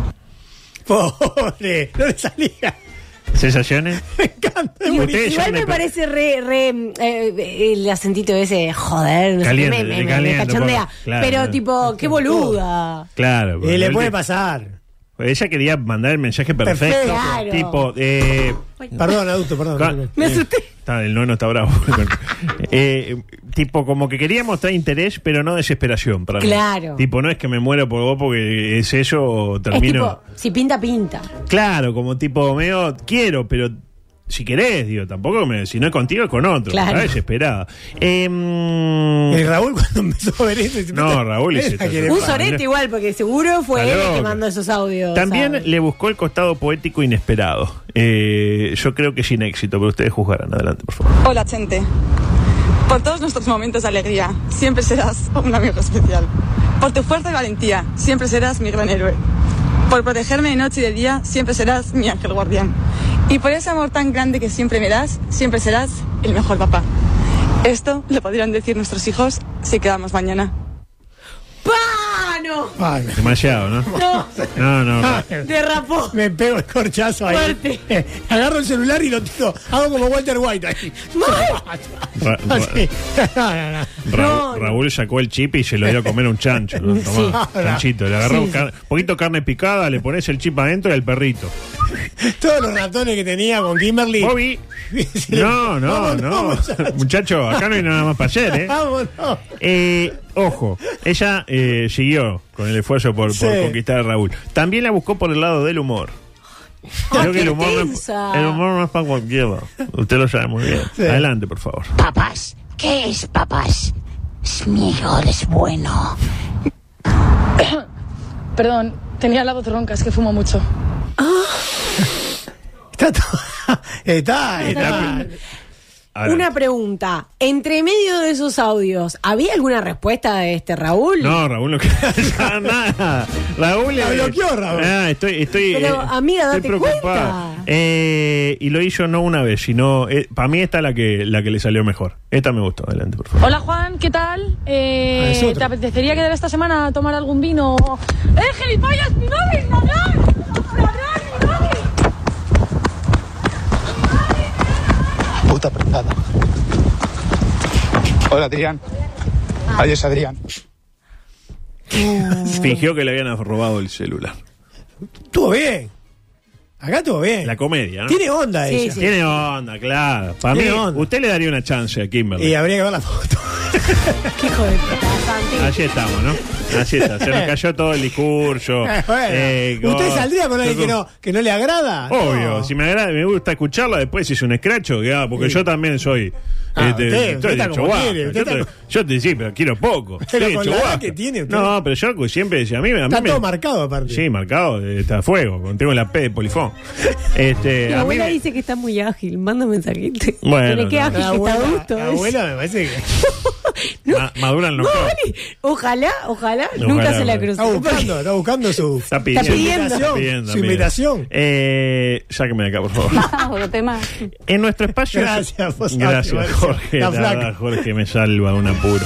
S8: Pobre, no le salía.
S10: ¿Sensaciones? Ustedes
S12: Igual
S10: son de-
S12: me parece re, re eh, eh, el acentito ese, joder, no sé,
S10: Caliente,
S12: me, me- me- me
S10: caliente,
S12: cachondea.
S10: por- claro,
S12: pero
S10: claro.
S12: tipo, qué boluda.
S10: Claro.
S8: Y le
S10: Raúl
S8: puede
S10: que-
S8: pasar.
S10: Ella quería mandar el mensaje perfecto.
S8: Perfecto. Claro.
S10: Tipo, eh,
S8: Perdón, adulto, perdón.
S10: Ca-
S8: Me
S10: asusté. el nono está bravo. Eh, tipo, como que quería mostrar interés, pero no desesperación para mí.
S12: Claro.
S10: Tipo, no es que me muero por vos porque es eso o
S12: Es
S10: termino.
S12: tipo, si pinta, pinta.
S10: Claro, como tipo, medio quiero, pero Si querés, digo, tampoco me, si no es contigo es con otro.
S8: Claro.
S10: Está desesperada. Em,
S8: El Eh, Raúl cuando empezó a ver eso. se-
S10: No, Raúl es
S8: Esa quiere
S12: Un
S8: pa-
S12: sorete igual, porque seguro fue
S10: Está
S12: él el que
S10: loca.
S12: mandó esos audios.
S10: También
S12: ¿sabes?
S10: le buscó el costado poético inesperado. Eh, yo creo que sin éxito, pero ustedes juzgarán. Adelante, por favor.
S19: Hola, Chente. Por todos nuestros momentos de alegría, siempre serás un amigo especial. Por tu fuerza y valentía, siempre serás mi gran héroe. Por protegerme de noche y de día, siempre serás mi ángel guardián. Y por ese amor tan grande que siempre me das, siempre serás el mejor papá. Esto lo podrían decir nuestros hijos si quedamos mañana.
S12: ¡Pano!
S10: Demasiado, ¿no?
S12: No.
S10: No, no.
S12: Derrapó.
S8: Me pego el corchazo ahí. Eh,
S12: Fuerte.
S8: Agarro el celular y lo tiro. Hago como Walter White ahí.
S10: Ra- Ra-
S8: Así. No, no, no.
S10: Raúl, Raúl sacó el chip y se lo dio a comer a un chancho. ¿no? Tomá,
S8: Sí.
S10: chanchito. Le agarró
S8: Sí,
S10: un
S8: sí.
S10: car- poquito carne picada, le pones el chip adentro y al perrito.
S8: Todos los ratones que tenía con Kimberly.
S10: Bobby. No, no, no. Muchacho, acá no hay nada más para hacer, ¿eh?
S8: Vámonos.
S10: Eh, ojo, ella eh, siguió con el esfuerzo por, por
S8: Sí.
S10: conquistar a Raúl. También la buscó por el lado del humor. Creo que el humor, no es,
S20: tensa.
S10: el humor no es para cualquiera. Usted lo sabe muy bien. Adelante, por favor.
S12: Ah,
S20: Papás, ¿qué es papás? Es mi hijo, él es bueno.
S5: Perdón, tenía la voz ronca, es que fumo mucho.
S8: Está todo. Está, está.
S10: Eh, Ahora.
S12: Una pregunta. Entre medio de esos audios, ¿había alguna respuesta de este Raúl?
S10: No, Raúl no queda nada. Raúl
S12: La
S10: eh,
S12: bloqueó, Raúl.
S10: Ah, estoy, estoy,
S12: Pero, amiga,
S10: estoy
S12: date cuenta.
S10: Eh, y lo hizo no una vez, sino para mí esta la que la que le salió mejor. Esta me gustó. Adelante, por favor.
S5: Hola Juan, ¿qué tal? Eh,
S10: Ah, es otro.
S5: ¿Te apetecería quedar esta semana a tomar algún vino? ¡Eh, gilipollas! ¡Mi móvil, ladrón! ¡Ladrón, mi móvil!
S21: Puta apretada. Hola, Adrián. Adiós, Adrián.
S10: Fingió que le habían robado el celular.
S8: Estuvo bien. Acá estuvo bien.
S10: La comedia, ¿no?
S8: Tiene onda Sí, ella. sí.
S10: Tiene onda, claro. Para mí,
S8: Tiene onda.
S10: usted le daría una chance a Kimberly.
S8: Y habría que ver la foto.
S10: Así estamos, ¿no? Así está. Se nos cayó todo el discurso.
S8: Eh, bueno.
S10: Eh,
S8: ¿Usted
S10: go-
S8: saldría con alguien que no, que no le agrada?
S10: Obvio, si me agrada, me gusta escucharla, después hice un escracho, que, ah, porque yo también soy.
S8: Ah,
S10: este,
S8: usted- usted
S10: estoy
S8: está
S10: de
S8: como
S10: Chihuahua.
S8: quiere, usted
S10: Yo,
S8: está
S10: te- yo te sí, pero quiero poco.
S8: Pero
S10: Estoy de
S8: con la edad
S10: Chihuahua.
S8: que tiene usted.
S10: No, pero yo pues, siempre decía, a mí, a mí
S8: Está
S10: me-
S8: todo marcado aparte.
S10: Sí, marcado, eh, está a fuego, con- tengo la P de polifón. Este,
S12: Mi
S10: a mí
S12: abuela
S10: me-
S12: dice que está muy ágil. Manda un mensajito.
S10: Bueno,
S12: Pero qué
S10: no.
S12: ágil
S10: La
S12: que está
S10: abuela-
S12: adulto.
S10: la
S12: es.
S10: abuela
S8: me parece que.
S10: ma- maduran los
S12: Vos,
S10: clavos.
S12: Vani, Ojalá, ojalá,
S10: Ojalá,
S12: nunca se la
S10: ojalá.
S12: cruce.
S8: Está buscando, está buscando su,
S10: Está pidiendo.
S8: su invitación.
S10: Está pidiendo,
S8: su
S10: está pidiendo.
S8: invitación.
S10: Eh, sáqueme de acá, por favor.
S5: Ah,
S10: En nuestro espacio.
S8: Gracias, vos sabés,
S10: Gracias,
S8: Marcia.
S10: Jorge. La
S8: La
S10: verdad,
S8: flaca.
S10: Jorge me salva un apuro.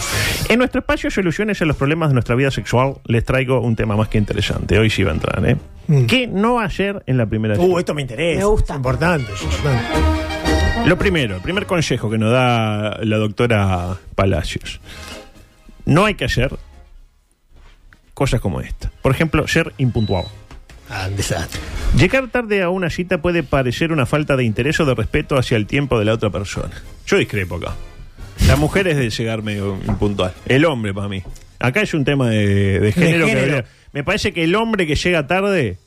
S10: En nuestro espacio Soluciones a los problemas de nuestra vida sexual, les traigo un tema más que interesante. Hoy sí va a entrar, ¿eh? ¿Qué no hacer en la primera
S8: Mm. Uh, esto me interesa. Me gusta. importante, es importante.
S10: Lo primero, el primer consejo que nos da la doctora Palacios. No hay que hacer cosas como esta. Por ejemplo, ser impuntual.
S8: Ah, un desastre.
S10: Llegar tarde a una cita puede parecer una falta de interés o de respeto hacia el tiempo de la otra persona. Yo discrepo acá. La mujer es de llegar medio impuntual. El hombre para mí. Acá es un tema de, de género. que
S8: género.
S10: habría- me parece que el hombre que llega tarde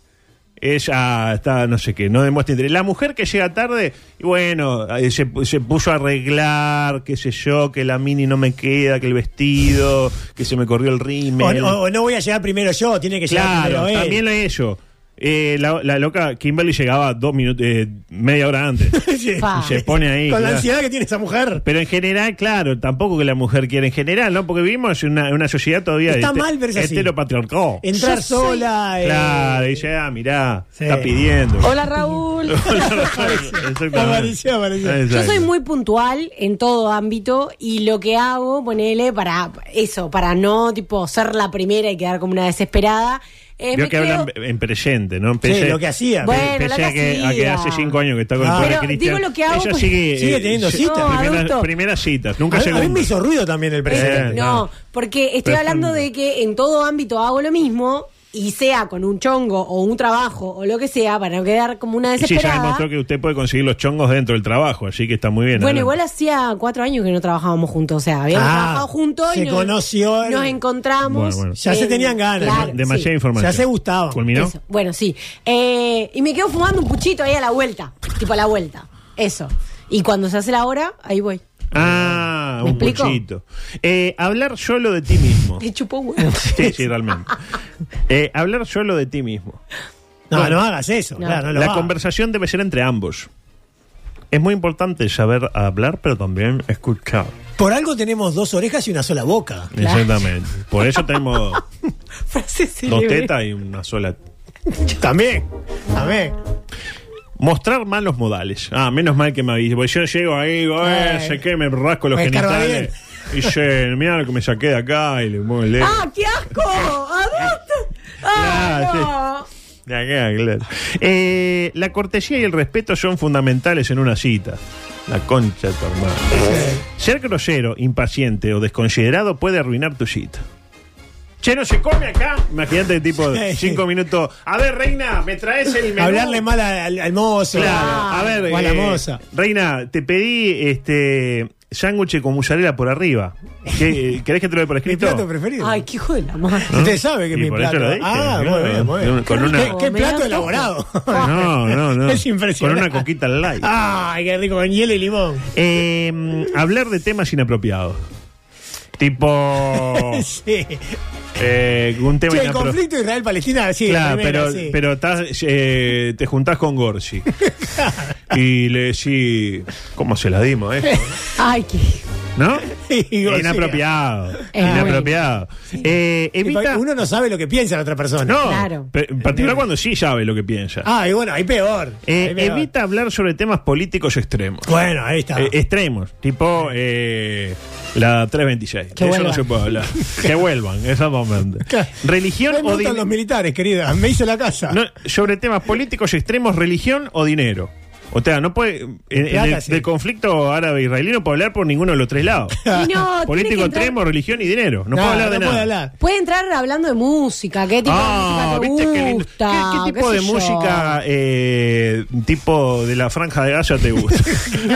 S10: es ah, está no sé qué, no demuestra interés. La mujer que llega tarde, y bueno, eh, se, se puso a arreglar, qué sé yo, que la mini no me queda, que el vestido, que se me corrió el
S8: O,
S10: rímel.
S8: o- o no voy a llegar primero yo, tiene que llegar
S10: Claro,
S8: primero él.
S10: también lo es eso. Eh, la, la loca Kimberly llegaba dos minutos, eh, media hora antes.
S8: Sí.
S10: Y se pone ahí.
S8: Con la
S10: claro.
S8: ansiedad que tiene esa mujer.
S10: Pero en general, claro, tampoco que la mujer quiera en general, ¿no? Porque vivimos en una, en una sociedad todavía
S8: Está
S10: este-
S8: mal, pero es así.
S10: heteropatriarcado.
S8: Entrar
S10: Yo
S8: sola,
S10: soy-
S8: eh.
S10: Claro, y dice, ah, mirá, está pidiendo.
S5: Hola Raúl.
S10: Exactamente.
S8: Apareció, apareció.
S12: Yo
S10: Exacto.
S12: soy muy puntual en todo ámbito y lo que hago, ponele, para eso, para no tipo ser la primera y quedar como una desesperada, es
S10: Vio
S12: me
S10: que
S12: creo-
S10: hablan en presente, ¿no? En
S8: lo que hacía.
S10: pe-
S12: Bueno,
S10: pese
S12: lo
S10: a que, a que
S12: hacía.
S10: hace cinco años que está con
S8: Ah.
S10: el pobre
S8: Pero
S12: digo
S10: Cristian.
S12: lo que hago,
S10: Ella
S12: pues-
S10: sigue,
S8: Sigue teniendo
S10: sí,
S8: citas.
S10: primeras-
S12: adulto.
S10: primeras citas, nunca
S8: A, mí- a
S10: segundas.
S8: mí me hizo ruido también el
S10: Eh,
S8: presente.
S12: Este, No, porque estoy
S10: Pero-
S12: hablando de que en todo ámbito hago lo mismo y sea con un chongo o un trabajo o lo que sea para no quedar como una
S10: Y sí, ya
S12: desesperada.
S10: demostró que usted puede conseguir los chongos dentro del trabajo, así que está muy bien.
S12: bueno,
S10: adelante.
S12: igual hacía cuatro años que no trabajábamos juntos, o sea, habíamos
S10: Ah,
S12: trabajado juntos y
S8: se
S12: nos,
S8: conocieron.
S12: nos encontramos.
S10: Bueno, bueno.
S8: Ya se
S12: en-
S8: tenían ganas.
S12: Claro,
S10: Demasiada
S12: sí.
S10: información.
S8: Ya se gustaban.
S10: ¿Culminó?
S12: Eso, Bueno, sí. Eh, y me quedo fumando un puchito ahí a la vuelta. Tipo a la vuelta. Eso. Y cuando se hace la hora, ahí voy.
S10: Ah,
S12: ¿Me
S10: un
S12: explico?
S10: pochito. Eh, hablar solo de ti mismo.
S12: Te chupó huevo.
S10: Sí, sí, realmente. Eh, hablar solo de ti mismo.
S8: No, no hagas eso, No. claro, no lo
S10: La
S8: hagas.
S10: conversación debe ser entre ambos. Es muy importante saber hablar, pero también escuchar.
S8: Por algo tenemos dos orejas y una sola boca.
S10: Exactamente. Por eso tenemos dos tetas y una sola.
S8: También, también.
S10: Mostrar malos modales. Ah, menos mal que me avisé. Porque yo llego ahí, digo, eh,
S8: Ay.
S10: sé qué, me rasco los
S8: Me escarba
S10: genitales. Y yo, mira lo que me saqué de acá y le muevo el dedo.
S12: ¡Ah, qué asco! ¡Adulto! ¡Ah,
S10: De acá, claro. Eh, la cortesía y el respeto son fundamentales en una cita. La concha de tu hermano. Ser grosero, impaciente o desconsiderado puede arruinar tu cita. Che, no se come acá. Imagínate, tipo, cinco minutos. A ver, reina, me traes el menú.
S8: Hablarle mal al, al mozo. Ah,
S10: Claro, a ver.
S8: O a la
S10: eh,
S8: moza.
S10: Reina, te pedí este sándwich con mozzarella por arriba. ¿Qué, eh, ¿Querés que te lo dé por
S8: Mi
S10: escrito?
S8: plato preferido.
S12: Ay, qué hijo de la madre.
S10: ¿No?
S8: Usted sabe que es
S10: Y
S8: mi
S10: por eso
S8: plato.
S10: lo dije,
S8: ah,
S10: claro.
S8: muy bien, muy
S10: De un-
S8: bien.
S10: con una-
S8: ¿Qué, qué
S12: Me
S8: plato
S12: das
S8: elaborado?
S10: No, no, no.
S8: Es impresionante. Ah.
S10: Con una coquita al light.
S8: Ay, qué rico, con hielo y limón.
S10: Eh, hablar de temas inapropiados. Tipo.
S8: sí.
S10: eh, un tema
S8: Che, el
S10: inapropiado.
S8: conflicto Israel-Palestina, sí.
S10: claro,
S8: primero,
S10: pero,
S8: sí.
S10: pero estás, eh, te juntás con Gorsi. y le decís. ¿Cómo se la dimos, eh?
S12: Ay, qué.
S10: ¿No?
S8: Y Gorsi-
S10: inapropiado.
S12: Es muy-
S10: inapropiado. Eh, evita.
S8: Uno no sabe lo que piensa la otra persona.
S10: No,
S12: Claro.
S10: pe- en particular cuando sí sabe lo que piensa.
S8: Ah, y bueno, ahí peor.
S10: Eh,
S8: Ahí peor.
S10: evita hablar sobre temas políticos extremos.
S8: Bueno, ahí está.
S10: Eh, extremos, tipo eh, la 326.
S8: Que
S10: De eso
S8: vuelvan.
S10: no se puede hablar. que vuelvan, exactamente. Religión
S8: Me
S10: o
S8: gustan los
S10: dinero.
S8: militares, querida. Me hizo la casa.
S10: sobre temas políticos extremos, religión o dinero. O sea, no puede. en- en
S8: Plata,
S10: el-
S8: sí.
S10: Del conflicto árabe-israelí no puede hablar por ninguno de los tres lados.
S12: Y no, tiene que
S10: Ah, Político
S12: entrar-
S10: extremo, religión y dinero. No,
S8: No,
S10: puedo hablar de
S8: no
S10: nada.
S8: puede hablar.
S12: Puede entrar hablando de música, qué tipo
S10: Ah,
S12: de música
S10: ¿viste
S12: te
S10: qué lindo?
S12: gusta,
S10: ¿Qué, qué tipo
S12: sé
S10: de
S12: yo?
S10: música eh, tipo de la franja de Gaza te gusta?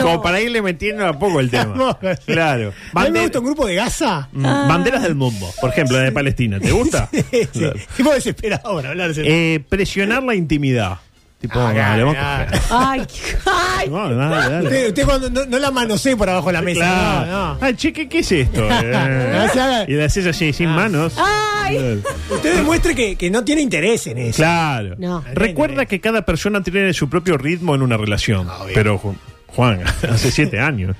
S10: Como para irle metiendo a poco el tema. claro.
S8: A mí me
S10: Bander-
S8: gusta un grupo de Gaza.
S10: Mm, Banderas del mundo, por ejemplo, la de Palestina. ¿Te gusta?
S8: Sí, sí.
S10: Claro.
S8: Tipo desesperado ahora Ah, hablarse.
S10: Eh, presionar la intimidad. Tipo, dale, vos-
S12: Ay, qué- ay.
S10: No, dale, dale.
S8: Usted, usted cuando no, no la manosee por abajo de la mesa.
S10: Claro.
S8: No, no.
S10: Ay, che, ¿qué, qué es esto?
S8: No se haga- Ah.
S10: Eh, y le haces así, sin manos.
S12: Ay.
S8: Usted demuestre que, que no tiene interés en eso.
S10: Claro.
S12: No.
S10: Recuerda que cada persona tiene su propio ritmo en una relación.
S8: Ah,
S10: Pero, Ju- Juan, hace siete años.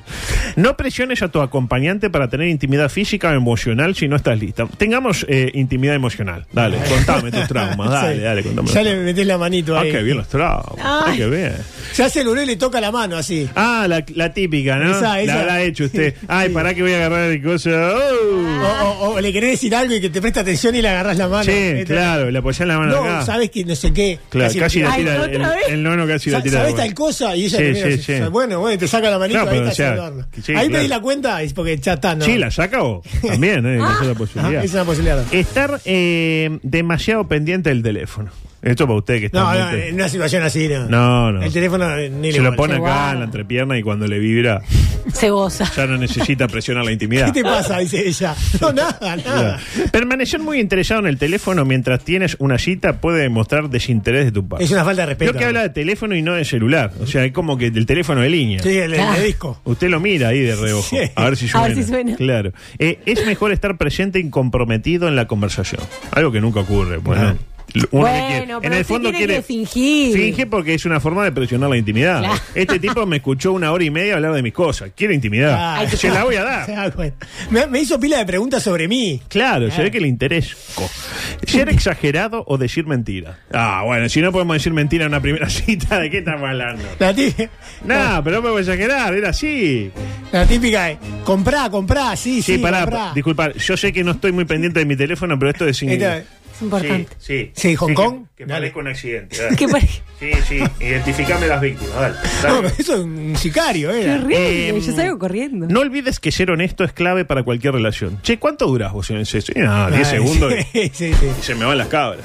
S10: No presiones a tu acompañante para tener intimidad física o emocional si no estás lista. Tengamos eh, intimidad emocional. Dale, contame tus traumas. Dale,
S8: Sí.
S10: dale, contame.
S8: Ya le metés la manito
S10: Ah,
S8: ahí.
S10: qué bien los traumas. Ah,
S8: Ay.
S10: qué bien.
S8: Se hace el uno y le toca la mano así.
S10: Ah, la, la típica, ¿no?
S8: Esa, esa.
S10: La habrá hecho usted. Ay, pará que voy a agarrar el coso. Oh.
S8: O, o- o le querés decir algo y que te presta atención y le agarrás la mano.
S10: Sí,
S8: Este-
S10: Oh, claro, le apoyás la mano
S8: No,
S10: acá.
S8: sabes que no sé qué.
S10: Claro, casi,
S8: le
S10: la
S8: tira-
S10: tira.
S8: Ay,
S10: el, el nono casi la
S8: Sa-
S10: tira.
S8: ¿Sabes
S10: bueno.
S8: tal cosa? Y ella
S10: Sí,
S8: te
S10: sí,
S8: mira,
S10: sí.
S8: sa- bueno, bueno, te saca la manita,
S10: Claro,
S8: ahí
S10: pero
S8: está
S10: ya-
S8: sin adorno.
S10: sí,
S8: Ahí
S10: claro.
S8: pedís la cuenta es porque ya está, ¿no?
S10: Sí, la saca o también,
S8: Ah.
S10: ¿eh? Esa es la
S8: Ajá,
S10: posibilidad.
S8: es una posibilidad.
S10: Estar eh, demasiado pendiente del teléfono. Esto para usted que está.
S8: No,
S10: muy
S8: no,
S10: te-
S8: en una situación así, no.
S10: No, no.
S8: El teléfono eh, ni
S10: Se
S8: le
S10: lo pone
S8: molesta.
S10: acá en la entrepierna y cuando le vibra
S12: Se goza.
S10: ya no necesita presionar la intimidad.
S8: ¿Qué te pasa? Dice ella. No, nada, nada.
S10: Permanecer muy interesado en el teléfono mientras tienes una cita puede demostrar desinterés de tu parte.
S8: Es una falta de respeto.
S10: Creo que habla de teléfono y no de celular. O sea, es como que del teléfono de línea.
S8: Sí, el, el
S12: Claro.
S8: disco.
S10: Usted lo mira ahí de reojo.
S8: Sí.
S10: A ver si
S12: A
S10: suena.
S12: ver si suena.
S10: Claro. Eh, es mejor estar presente y comprometido en la conversación. Algo que nunca ocurre. Bueno, uno que quiere-
S12: Bueno, pero
S10: en el
S12: usted
S10: fondo
S12: tiene
S10: quiere.
S12: que fingir.
S10: Finge porque es una forma de presionar la intimidad.
S12: Claro.
S10: Este tipo me escuchó una hora y media hablar de mis cosas. Quiere intimidad.
S8: Ah,
S10: Se la voy a dar.
S8: se da cuenta. Me, me hizo pila de preguntas sobre mí.
S10: Claro, se ve que le interesa. Ser exagerado o decir mentira. Ah, bueno, si no podemos decir mentira en una primera cita, ¿de qué estamos hablando?
S8: La típica,
S10: Nah, pero no podemos exagerar, era así.
S8: la típica es, comprá, comprá, sí, sí,
S10: Sí, pará,
S8: comprá.
S10: disculpa, yo sé que no estoy muy pendiente de mi teléfono, pero esto es sin...
S8: Esta-
S12: Es importante.
S10: Sí, sí.
S8: Sí, Hong Kong.
S10: Que, que
S8: Dale.
S10: parezca un accidente. dale.
S12: Qué pare-
S10: Sí, sí, identificame las víctimas, dale.
S8: No,
S10: dale.
S8: pero eso es un sicario,
S12: Qué
S8: era.
S12: horrible,
S10: Eh,
S12: yo salgo corriendo.
S10: No olvides que ser honesto es clave para cualquier relación. Che, ¿cuánto durás vos en el sexo? Y nada, 10
S8: Ay,
S10: segundos. y-
S8: Sí, sí, sí.
S10: Y se me van las cabras.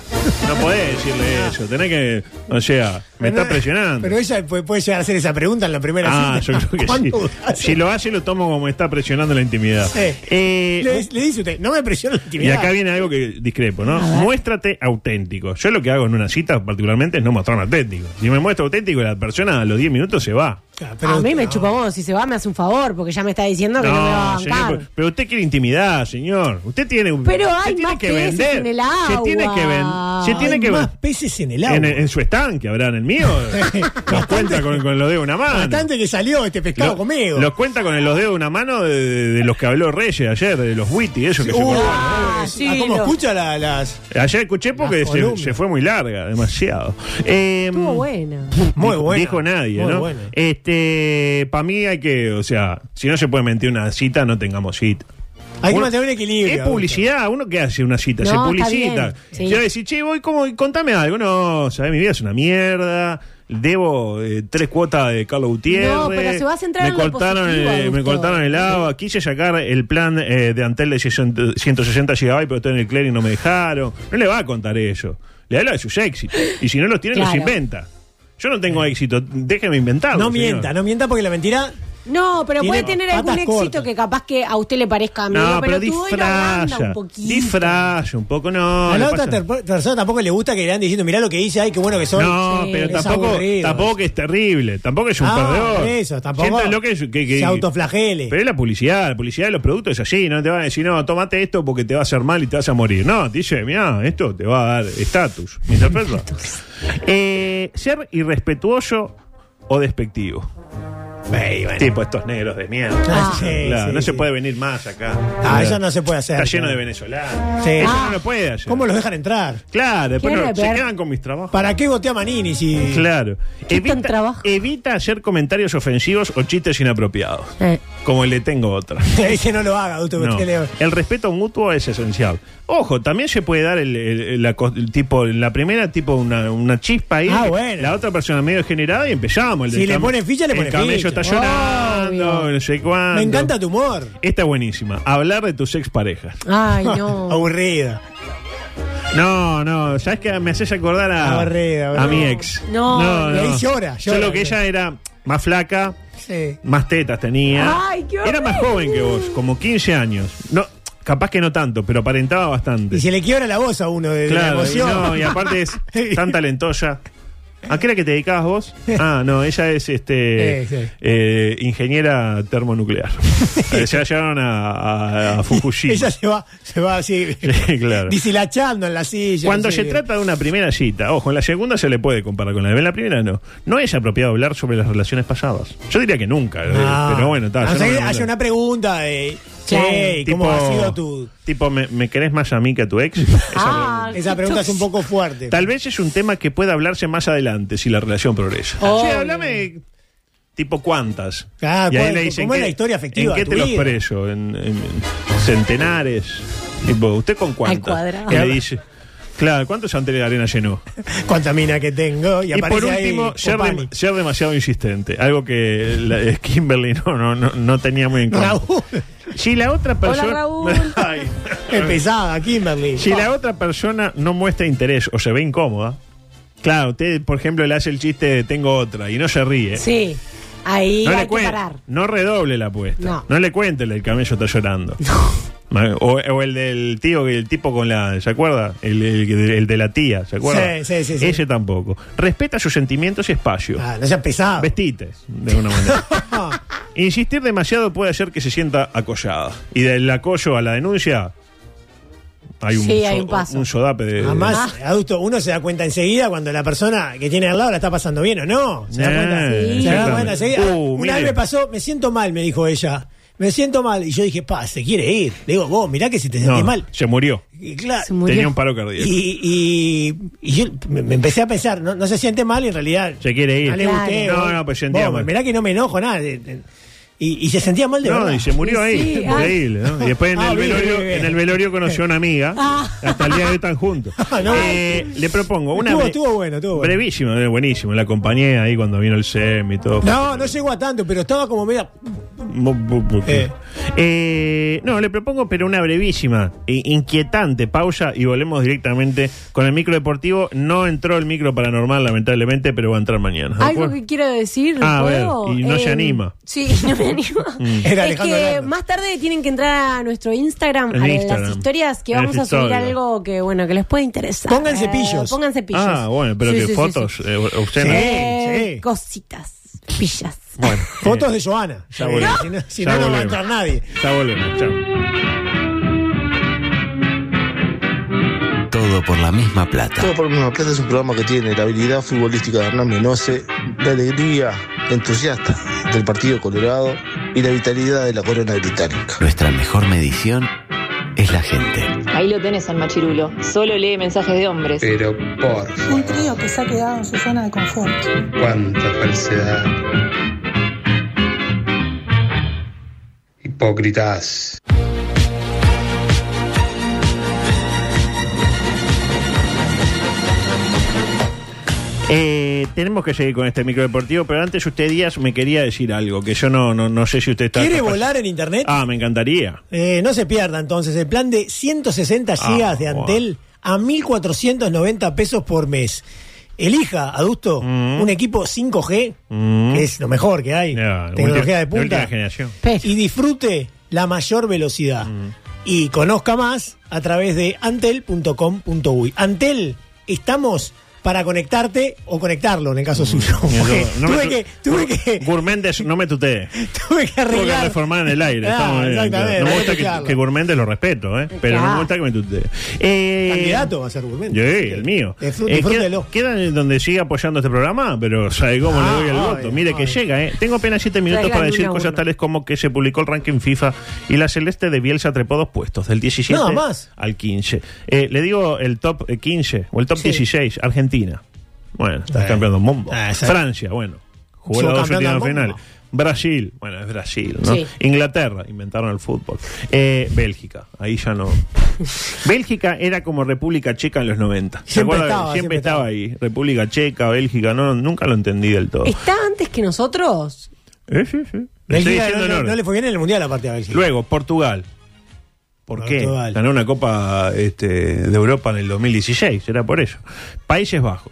S10: No podés decirle eso. Tenés que. O sea, me está
S8: No,
S10: presionando.
S8: Pero ella puede, puede llegar a hacer esa pregunta en la primera
S10: ah, yo
S8: cita.
S10: creo que sí.
S8: ¿Cuánto hace?
S10: Si lo hace, lo tomo como me está presionando la intimidad.
S8: Sí.
S10: Eh,
S8: le, le dice usted, no me presiona la
S10: y
S8: intimidad.
S10: acá viene algo que discrepo, ¿no? Muéstrate auténtico. Yo lo que hago en una cita, particularmente, es no mostrarme auténtico. Si me muestro auténtico, la persona a los 10 minutos se va. pero-
S12: a mí me chupa vos, si se va me hace un favor, porque ya me está diciendo que no, me va a
S10: No,
S12: bancar.
S10: señor, pues, pero- pero usted quiere intimidad, señor. Usted tiene un.
S12: Pero
S10: se
S12: hay
S10: tiene
S12: más peces en el
S10: Se tiene que
S12: agua.
S10: vender. Se tiene
S12: Hay
S10: que
S12: más
S10: ven-
S8: peces en el agua.
S10: En, en su estanque, habrá en el mío. los cuenta con, con los dedos de una mano.
S8: Bastante que salió este pescado
S10: Lo-
S8: conmigo.
S10: Los cuenta con los dedos de una mano de, de- de los que habló Reyes ayer, de los Witty, ellos que se
S8: Uh,
S10: fueron.
S8: ah, ¿Cómo escucha la- las.?
S10: Ayer escuché porque
S8: Las
S10: se,
S8: columnas.
S10: se fue muy larga, demasiado. Eh,
S12: Estuvo bueno.
S8: Muy
S10: dijo-
S8: buena.
S10: Dijo nadie,
S8: Muy
S10: ¿no?
S8: buena.
S10: Este, para mí hay que, o sea, si no se puede mentir una cita, no tengamos cita.
S8: Hay que
S10: Uno-
S8: mantener un equilibrio.
S10: Es publicidad, uno que hace una cita,
S8: No,
S10: se
S8: está
S10: publicita.
S8: bien, sí.
S10: Yo decir, che, voy como, contame algo. No, sabes, mi vida es una mierda. Debo eh, tres cuotas de Carlos Gutiérrez.
S12: No, pero se va a centrar
S10: me
S12: en lo
S10: cortaron
S12: positivo,
S10: el, Me
S12: Augusto.
S10: cortaron el agua. Quise sacar el plan eh, de Antel de 60 160 GB, pero estoy en el clear y no me dejaron. No le va a contar eso. Le habla de sus éxitos. Y si no los tiene, los
S8: Claro.
S10: inventa. Yo no tengo éxito. Déjeme inventarlo.
S8: No
S10: señor.
S8: mienta, no mienta porque la mentira.
S12: No, pero
S10: Tiene
S12: puede tener algún
S10: patas
S12: éxito
S10: cortas.
S12: que capaz que a usted le parezca a mí.
S10: No, pero,
S12: pero, tú hoy lo agranda
S10: disfraya.
S12: un poquito.
S10: Disfraya un poco, no.
S8: a
S10: le
S8: la
S10: pasa
S8: otra ter- persona tampoco le gusta que le anden diciendo, mirá lo que hice, ay, qué bueno que son.
S10: No,
S8: Sí,
S10: pero
S8: es
S10: tampoco,
S8: aburrido.
S10: tampoco que es terrible, tampoco es un
S8: Ah,
S10: perdedor.
S8: eso, tampoco
S10: Siéntalo que, es- que- que-
S8: se autoflagele.
S10: Pero es la publicidad, la publicidad de los productos es así, no te van a decir, no, tomate esto porque te va a hacer mal y te vas a morir. No, te dice, mira, esto te va a dar estatus. ¿Me interpreta? Eh, ser irrespetuoso o despectivo. Tipo estos negros de mierda.
S8: Ah, sí,
S10: Claro,
S8: sí,
S10: no se
S8: sí.
S10: puede venir más acá.
S8: Ah, eso no se puede hacer.
S10: Está lleno de
S8: claro.
S10: venezolanos.
S8: Sí.
S10: Eso
S8: Ah.
S10: no lo puede hacer.
S8: ¿Cómo los dejan entrar?
S10: Claro, después
S8: Qué
S10: no- se
S8: rever-
S10: quedan con mis trabajos.
S8: ¿Para qué voté a Manini si.?
S10: Claro. Evita, evita hacer comentarios ofensivos o chistes inapropiados.
S12: Eh,
S10: Como el le tengo otra.
S8: Ese no lo haga, adulto.
S10: No.
S8: que le-
S10: El respeto mutuo es esencial. Ojo, también se puede dar el, el- el- la, co- el tipo, la primera tipo una, una chispa ahí.
S8: Ah, bueno.
S10: La otra persona medio generada y empezamos. El
S8: Si
S10: del
S8: le
S10: cam-
S8: pone ficha, le pone
S10: El camello
S8: ficha.
S10: está llorando,
S8: Obvio.
S10: no sé cuándo.
S8: Me encanta tu humor.
S10: Esta es buenísima. Hablar de tus exparejas.
S12: Ay, no.
S8: Aburrida.
S10: No, no, sabes que me haces acordar a,
S8: Aburrida, boludo.
S10: a mi ex.
S12: No.
S10: no,
S8: Y ahí llora, llora,
S10: Solo que ella era más flaca,
S8: Sí.
S10: más tetas tenía.
S8: Ay, qué
S10: era más joven que vos, como 15 años. No, capaz que no tanto, pero aparentaba bastante.
S8: Y se le quiebra la voz a uno de, de la
S10: claro, y,
S8: emoción.
S10: no, y aparte es tan talentosa. ¿A qué era que te dedicabas vos? Ah, no, ella es este
S8: Eh, sí.
S10: eh, ingeniera termonuclear. Eh, Se la llevaron a, a- a Fukushima.
S8: Ella se va, se va así,
S10: Sí, claro.
S8: deshilachando en la silla.
S10: Cuando
S8: no sé
S10: se
S8: qué.
S10: trata de una primera cita, ojo, en la segunda se le puede comparar con la de la primera, no. No es apropiado hablar sobre las relaciones pasadas. Yo diría que nunca, eh,
S8: Ah.
S10: pero bueno, está.
S8: A
S10: yo
S8: no ser
S10: no
S8: que
S10: voy a
S8: haya
S10: hablar.
S8: una pregunta de. Che,
S10: Tipo-
S8: ¿cómo ha sido tu.? Ah.
S10: Tipo, ¿me, me querés más a mí que a tu ex?
S12: Ah,
S8: Esa, pregunta es un poco fuerte.
S10: Tal vez es un tema que pueda hablarse más adelante si la relación progresa.
S8: Oh.
S10: Che, hablame. Tipo, ¿cuántas?
S8: Ah,
S10: y ahí
S8: ¿cuál-
S10: le dicen,
S8: cómo es
S10: ¿qué-
S8: la historia afectiva
S10: ¿En qué
S8: de
S10: te
S8: tu
S10: los
S8: vida?
S10: preso? ¿En, en centenares? Tipo, ¿usted con cuántas?
S8: cuadrado.
S10: Y le dice, claro, ¿cuántos antes de arena llenó?
S8: Cuánta mina que tengo.
S10: Y,
S8: Y,
S10: por
S8: aparece ahí
S10: último, ser, de-
S8: Copani.
S10: ser demasiado insistente. Algo que la- eh, Kimberly no, no, no, no tenía muy en cuenta. Si la otra persona.
S8: Raúl.
S10: Ay.
S8: Es pesada, Kimberly.
S10: Si la otra persona no muestra interés o se ve incómoda. Claro, usted, por ejemplo, le hace el chiste de tengo otra y no se ríe.
S12: Sí. Ahí
S10: No,
S12: hay
S10: le
S12: que
S10: cuen-
S12: parar.
S10: no redoble la apuesta.
S12: No.
S10: No. le cuente el del camello está llorando. O, o el del tío, el tipo con la. ¿Se acuerda? El, el- el de la tía, ¿se acuerda?
S8: Sí, sí, sí, sí.
S10: Ese tampoco. Respeta sus sentimientos y espacio.
S8: Ah, no seas pesado. Ah,
S10: Vestite, de alguna manera. Insistir demasiado puede hacer que se sienta acollada. Y del acoso a la denuncia. Hay un,
S8: Sí, hay
S10: so-
S8: un paso.
S10: un sodape de.
S8: Además, adulto, uno se da cuenta enseguida cuando la persona que tiene al lado la está pasando bien o no. Se da
S10: Eh,
S8: cuenta,
S10: sí.
S8: se da cuenta enseguida.
S10: Uh,
S8: ah, Una vez
S10: mire.
S8: me pasó, me siento mal, me dijo ella. Me siento mal. Y yo dije, pa, se quiere ir. Le digo, vos, mirá que si te sentís
S10: No,
S8: mal.
S10: Se murió.
S8: Y claro,
S10: Tenía un paro cardíaco.
S8: Y, y- y yo me, me empecé a pensar, no, no se siente mal y en realidad.
S10: Se quiere ir.
S8: No le gusté,
S10: No,
S8: vos.
S10: no, pues se sentía
S8: Vos,
S10: mal.
S8: Mirá que no me enojo, nada. Eh, eh, Y, y se sentía mal de
S10: no,
S8: verdad.
S10: y se murió ahí.
S8: Sí,
S10: Increíble,
S8: ah.
S10: ¿no? Y después en,
S8: Ah,
S10: el
S8: bien,
S10: velorio,
S8: bien, bien.
S10: en el velorio conoció a una amiga.
S8: Ah.
S10: Hasta el día de hoy están juntos.
S8: no.
S10: Eh, le propongo una.
S8: Estuvo-
S10: bre-
S8: estuvo bueno, estuvo bueno.
S10: Brevísimo, eh, buenísimo. La compañía ahí cuando vino el SEM y todo.
S8: No, no llegó a tanto, pero estaba como media.
S10: Bu- bu- bu- Eh, no, le propongo, pero una brevísima, e inquietante pausa y volvemos directamente con el micro deportivo. No entró el micro paranormal, lamentablemente, pero va a entrar mañana. ¿de
S12: Algo
S10: acuerdo?
S12: que quiero decir.
S10: Ah, a ver,
S12: ¿puedo? Eh,
S10: y no se anima.
S12: Sí, no me anima.
S10: Mm.
S8: Era
S12: es
S8: Alejandro
S12: que
S8: Aranda.
S12: más tarde tienen que entrar a nuestro Instagram,
S10: En
S12: a las
S10: Instagram.
S12: historias, que
S10: En
S12: vamos
S10: las
S12: a subir
S10: historias.
S12: algo que bueno que les puede interesar.
S8: Pongan cepillos.
S12: Pongan cepillos.
S10: Ah, bueno, pero
S12: Sí,
S10: que
S12: sí, sí,
S10: fotos,
S12: sí.
S10: eh, obscenas.
S12: Eh, Cositas. pillas.
S10: Bueno,
S8: Fotos de Joana.
S10: Ya
S8: Eh,
S10: volvemos.
S8: Si no, si
S10: Ya
S8: no, no va a
S10: volvemos.
S8: entrar nadie.
S10: eh, ya volvemos, chao.
S22: Todo por la misma plata.
S23: Todo por el mismo plata es un programa que tiene la habilidad futbolística de Hernán Menose, la alegría entusiasta del Partido Colorado y la vitalidad de la corona británica.
S22: Nuestra mejor medición es la gente.
S24: Ahí lo tenés al machirulo. Solo lee mensajes de hombres.
S4: Eh,
S22: Pero por
S6: Un trío que se ha quedado en su zona de confort.
S22: cuánta falsedad. Hipócritas.
S10: Eh, tenemos que seguir con este microdeportivo, pero antes usted Díaz me quería decir algo que yo no, no, no sé si usted está.
S8: ¿Quiere
S10: capaz-
S8: volar en internet?
S10: Ah, me encantaría.
S8: Eh, no se pierda entonces el plan de 160
S10: Ah,
S8: gigas de Antel a 1.490 pesos por mes. Elija, adusto, un equipo 5G,
S10: Mm.
S8: que es lo mejor que hay,
S10: Ya,
S8: tecnología
S10: ulti-
S8: de punta,
S10: última generación. Mm.
S8: y disfrute la mayor velocidad. Y conozca más a través de antel.com.uy. Antel, estamos para conectarte o conectarlo en el caso suyo. Porque
S10: Mm. Yo- no me
S8: tuve
S10: tu-
S8: que- tuve que,
S10: Gourméndez, no me tutee.
S8: tuve que
S10: Tengo que
S8: arreglar.
S10: reformar en el aire.
S8: Ah,
S10: estamos bien,
S8: exactamente,
S10: claro. No me
S8: hay que
S10: gusta que,
S8: escucharlo.
S10: que Gourméndez lo respeto, ¿eh? pero no
S8: Claro.
S10: me gusta que me tutee. Eh,
S8: Candidato va a ser Gourmet.
S10: Sí, el mío.
S8: Disfrute-
S10: Eh, queda-
S8: disfrútelo.
S10: quedan donde siga apoyando este programa, pero sabe cómo
S8: Ah,
S10: le doy el
S8: obvio,
S10: voto. Mire que llega, ¿eh? Tengo apenas siete minutos
S8: Traigan
S10: para decir
S8: una a
S10: cosas
S8: uno.
S10: tales como que se publicó el ranking FIFA y la Celeste de Bielsa trepó dos puestos, del 17
S8: Nada más.
S10: al 15. Eh, le digo el top eh, 15 o el top 16, Argentina. Bueno, está
S8: Bueno.
S10: campeón del mundo.
S8: Ah, exacto.
S10: Francia, bueno. Jugó las dos
S8: Subcampeón del
S10: últimas
S8: mundo.
S10: finales. Brasil, bueno, es Brasil, ¿no?
S8: Sí.
S10: Inglaterra, inventaron el fútbol. Eh, Bélgica, ahí ya no. Bélgica era como República Checa en los 90. ¿Se
S8: Siempre
S10: acuerda?
S8: estaba,
S10: siempre
S8: siempre
S10: estaba ahí. República Checa, Bélgica, no, nunca lo entendí del todo.
S12: ¿Está antes que nosotros?
S10: Eh, sí, sí. Lo estoy
S8: Bélgica
S10: diciendo
S8: no,
S10: en
S8: no-
S10: orden.
S8: no le fue bien en el Mundial aparte a Bélgica.
S10: Luego, Portugal. ¿Por qué?
S8: Portugal.
S10: Ganó una Copa este, de Europa en el 2016, era por eso. Países Bajos,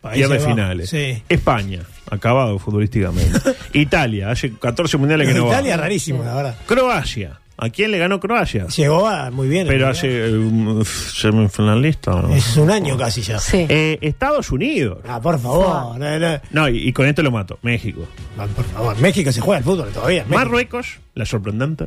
S8: Países
S10: pierde
S8: Bajos,
S10: finales.
S8: sí.
S10: España, acabado futbolísticamente. Italia, hace 14 mundiales que no va.
S8: Italia es rarísimo, la verdad.
S10: Croacia. ¿A quién le ganó Croacia?
S8: Llegó a- muy bien.
S10: Pero
S8: en
S10: hace eh, un semifinalista. ¿no?
S8: realidad. Es un año casi ya.
S10: Eh, Estados Unidos.
S8: Ah, por favor. No, no.
S10: No, y, y con esto lo mato. México.
S8: Ah, por favor. México se juega al fútbol todavía. México.
S10: Marruecos, la sorprendente.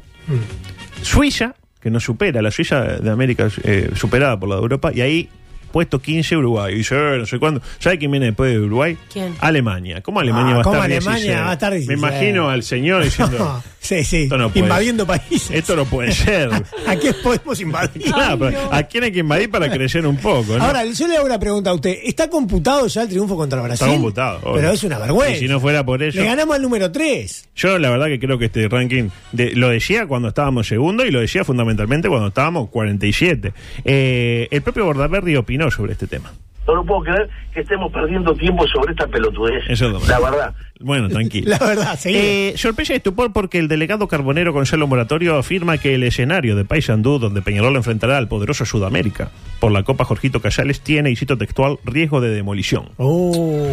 S10: Suiza, que no supera, la Suiza de América eh, superada por la de Europa, y ahí puesto 15 Uruguay. Y dice, eh, no sé cuándo. ¿Sabe quién viene después de Uruguay?
S12: ¿Quién?
S10: Alemania. ¿Cómo Alemania
S8: Ah,
S10: va a
S8: ¿cómo
S10: estar
S8: Alemania
S10: 16?
S8: va a estar 16?
S10: Me imagino al señor diciendo,
S8: sí, sí.
S10: esto no puede
S8: Invadiendo países.
S10: Esto no puede ser.
S8: ¿A qué podemos invadir?
S10: Claro, pero ¿a quién hay que invadir para crecer un poco? ¿no?
S8: Ahora, yo le hago una pregunta a usted. ¿Está computado ya el triunfo contra Brasil?
S10: Está computado. obvio.
S8: Pero es una vergüenza.
S10: Y si no fuera por eso.
S8: Le ganamos al número 3.
S10: Yo la verdad que creo que este ranking de- lo decía cuando estábamos segundo y lo decía fundamentalmente cuando estábamos 47. Eh, el propio Bordaberry opinó sobre este tema.
S25: No lo puedo creer que estemos perdiendo tiempo sobre esta pelotudez.
S10: Eso es lo
S25: La verdad.
S10: Bueno, tranquilo.
S8: La verdad, seguí.
S10: Eh, sorpresa y estupor porque el delegado carbonero Gonzalo Moratorio afirma que el escenario de Paysandú, donde Peñarol enfrentará al poderoso Sudamérica por la Copa Jorgito Casales, tiene, y cito textual, riesgo de demolición.
S8: Uh.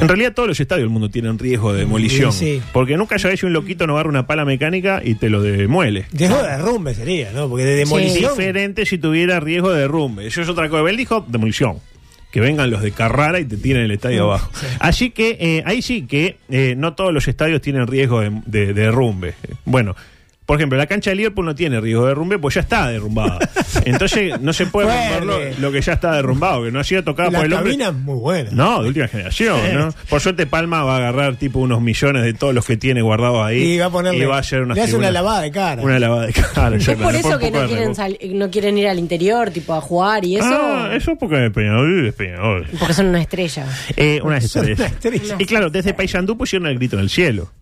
S10: En realidad todos los estadios del mundo tienen riesgo de demolición.
S8: Sí, sí.
S10: Porque nunca sabés si un loquito no agarra una pala mecánica y te lo demuele.
S8: Dejó de derrumbe sería, ¿no? Porque de demolición.
S10: diferente si tuviera riesgo de derrumbe. Eso es otra cosa. Él dijo demolición. Que vengan los de Carrara y te tiren el estadio
S8: Mm,
S10: abajo. Así que eh, ahí sí que eh, no todos los estadios tienen riesgo de, de- de derrumbe. Eh, Bueno, por ejemplo, la cancha de Liverpool no tiene riesgo de derrumbe, pues ya está derrumbada. Entonces no se puede
S8: Fuerte.
S10: derrumbar lo, lo que ya está derrumbado, que no ha sido tocado por
S8: La
S10: el hombre.
S8: cabina es muy buena.
S10: No, de última generación, ¿no? Por suerte Palma va a agarrar tipo unos millones de todos los que tiene guardados ahí.
S8: Y va a ponerle.
S10: y va a hacer una
S8: le hace una
S10: tribuna-
S8: lavada de cara.
S10: Una lavada de cara.
S12: ¿Es por eso que no quieren,
S10: quieren
S12: sal- no quieren ir al interior, tipo a jugar y eso?
S10: Ah, eso porque es Peñarol, es Peñarol.
S12: Porque son una estrella.
S10: Eh, unas
S12: Son
S10: estrellas.
S12: una estrella.
S10: Y claro, desde Paysandú pusieron el grito en el cielo.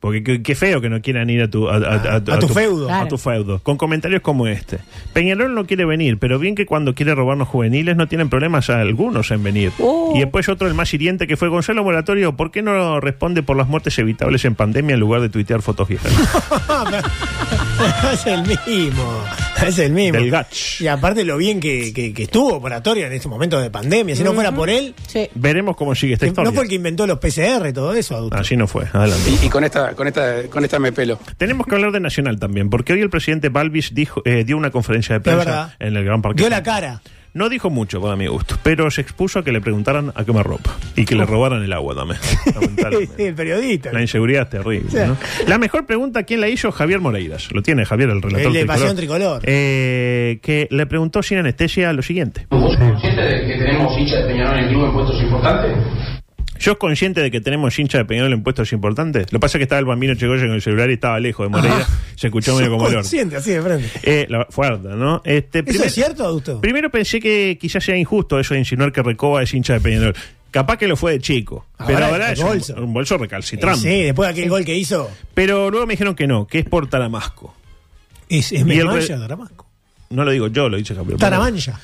S10: Porque qué, qué feo que no quieran ir a tu, a, a- a-
S8: tu feudo.
S10: A
S8: Claro.
S10: tu feudo. Con comentarios como este. Peñarol no quiere venir, pero bien que cuando quiere robarnos juveniles no tienen problemas a algunos en venir.
S12: Oh.
S10: Y después otro, el más hiriente, que fue Gonzalo Moratorio. ¿Por qué no responde por las muertes evitables en pandemia en lugar de tuitear fotos viejas?
S8: es el mismo. Es el mismo.
S10: Del Gach.
S8: Y aparte, lo bien que, que, que estuvo Moratorio en estos momentos de pandemia. Si no fuera por él.
S10: Veremos cómo sigue esta historia. Ah,
S8: No fue el que inventó los PCR y todo eso, adulto.
S10: Así no fue. Adelante.
S23: Y, y con esta, con esta, con esta me pelo.
S10: Tenemos que hablar de Nacional también, porque hoy el presidente Balvis dijo, eh, dio una conferencia de
S8: verdad.
S10: prensa en el Gran Parque.
S8: Dio la cara.
S10: No dijo mucho para mi gusto, pero se expuso a que le preguntaran a qué me ropa y que le robaran el agua también. lamentablemente.
S8: el periodista.
S10: La inseguridad es terrible.
S8: Sí.
S10: ¿no? La mejor pregunta, ¿quién la hizo? Javier Moreiras. Lo tiene Javier, el relator.
S8: El de Pasión Tricolor.
S10: Eh, que le preguntó sin anestesia lo siguiente.
S2: consciente de que tenemos hinchas de Peñarol en el club en puestos importantes?
S10: ¿Yo es consciente de que tenemos hincha de Peñarol en puestos importantes? Lo que pasa es que estaba el bambino Chegoya con el celular y estaba lejos de Moreiras. se escuchó medio como el orto.
S8: Ah, Consciente, así de frente.
S10: Eh, la fuerte, ¿no? Este,
S8: ¿Eso
S10: primer-
S8: es cierto, Augusto?
S10: Primero pensé que quizás sea injusto eso de insinuar que Recoba es hincha de Peñarol. Capaz que lo fue de chico,
S8: Ahora
S10: pero ahora
S8: es
S10: es un
S8: bolso.
S10: bolso, un bolso recalcitrante.
S8: Eh, sí, después de aquel gol que hizo.
S10: Pero luego me dijeron que no, que es por Taramasco.
S8: Es, es
S10: Y el
S8: Memancha,
S10: re-
S8: Taramasco.
S10: No lo digo yo, lo dice Javier.
S8: Taramancha.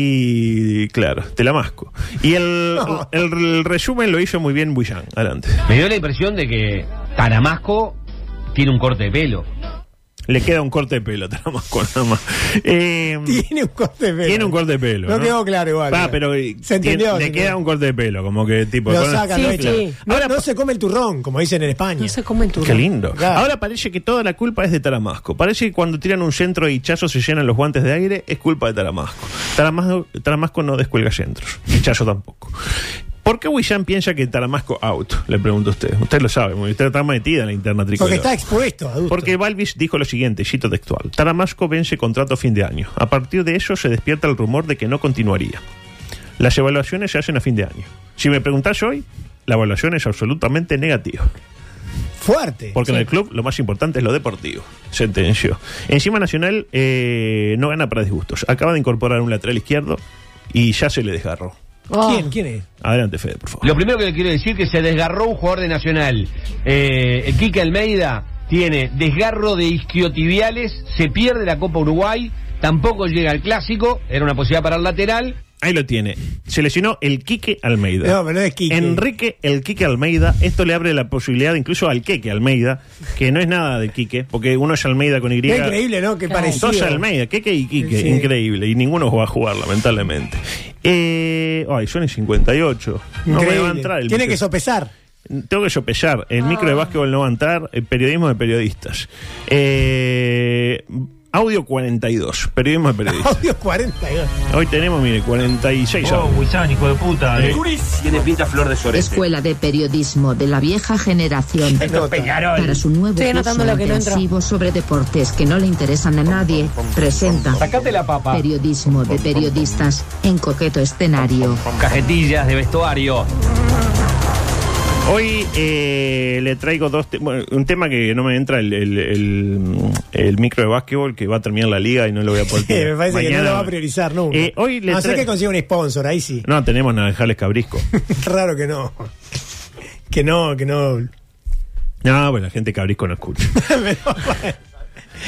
S10: Y claro, Telamasco. Y el, el- el resumen lo hizo muy bien Bullán. Adelante.
S1: Me dio la impresión de que Taramasco tiene un corte de pelo.
S10: Le queda un corte de pelo, a Telamasco nada más. Eh,
S8: Tiene un corte de pelo.
S10: tiene un corte de pelo.
S8: No quedó claro igual.
S10: Ah,
S8: mira.
S10: pero
S8: Se entendió,
S10: tiene-
S8: se
S10: le queda
S8: entendió.
S10: un corte de pelo, como que tipo.
S8: Lo
S10: con-
S8: sacan, lo echan. No,
S10: Ahora,
S8: no se come el turrón, como dicen en España. No se come el turrón.
S10: Qué lindo. Ahora parece que toda la culpa es de Taramasco. Parece que cuando tiran un centro de hichazo se llenan los guantes de aire, es culpa de Taramasco. Taramasco, Taramasco no descuelga centros. Hichazo tampoco. ¿Por qué Wishan piensa que Taramasco out? Le pregunto a usted. Usted lo sabe, porque usted está metida en la interna tricolor.
S8: Porque está expuesto, adulto.
S10: Porque Balvis dijo lo siguiente, cito textual. Taramasco vence contrato a fin de año. A partir de eso se despierta el rumor de que no continuaría. Las evaluaciones se hacen a fin de año. Si me preguntás hoy, la evaluación es absolutamente negativa.
S8: Fuerte.
S10: Porque en el club lo más importante es lo deportivo, sentenció. Encima Nacional eh, no gana para disgustos. Acaba de incorporar un lateral izquierdo y ya se le desgarró.
S12: Oh,
S8: ¿Quién? ¿Quién es?
S10: Adelante, Fede, por favor.
S1: Lo primero que le quiero decir que se desgarró un jugador de Nacional. Eh, el Quique Almeida tiene desgarro de isquiotibiales, se pierde la Copa Uruguay, tampoco llega al Clásico, era una posibilidad para el lateral.
S10: Ahí lo tiene. Se lesionó el Quique Almeida.
S8: No, pero no es Quique.
S10: Enrique el Quique Almeida. Esto le abre la posibilidad incluso al Quique Almeida, que no es nada de Quique, porque uno es Almeida con Y.
S8: Qué increíble, ¿no? Qué parecido.
S10: Dos Almeida, Quique y Quique.
S8: Sí.
S10: Increíble. Y ninguno va a jugar, lamentablemente. Eh, ay, son el 58. No me va a
S8: Increíble.
S10: entrar el
S8: Tiene
S10: micro.
S8: que sopesar.
S10: Tengo que sopesar.
S8: Ah.
S10: El micro de básquetbol no va a entrar. El periodismo de periodistas. Eh, audio 42. Periodismo de periodistas.
S8: Dios, 40. Dios.
S10: Hoy tenemos, mire, 46
S14: Oh, Wissan, hijo de puta.
S10: Eh.
S14: Tiene pinta flor de
S17: Escuela de Periodismo de la Vieja Generación.
S14: Esto es Peñarol.
S17: Para su nuevo
S14: Estoy
S17: curso
S14: anotando lo que no entró.
S17: intensivo sobre deportes que no le interesan a nadie, presenta
S1: Sacate la papa.
S17: Periodismo de Periodistas en coqueto escenario.
S1: Cajetillas de vestuario.
S10: Hoy eh, le traigo dos te- bueno, un tema que no me entra el, el- el, mm, el micro de básquetbol que va a terminar la liga y no lo voy a poder.
S8: Eh,
S10: tener.
S8: me parece que no
S10: Mañana-
S8: lo va a priorizar nunca.
S10: Eh, hoy le
S8: a no ser
S10: tra-
S8: que consiga un sponsor, ahí sí.
S10: No, tenemos naranjales cabrisco.
S8: Raro que no. Que no, que no.
S10: No, pues la gente cabrisco no escucha.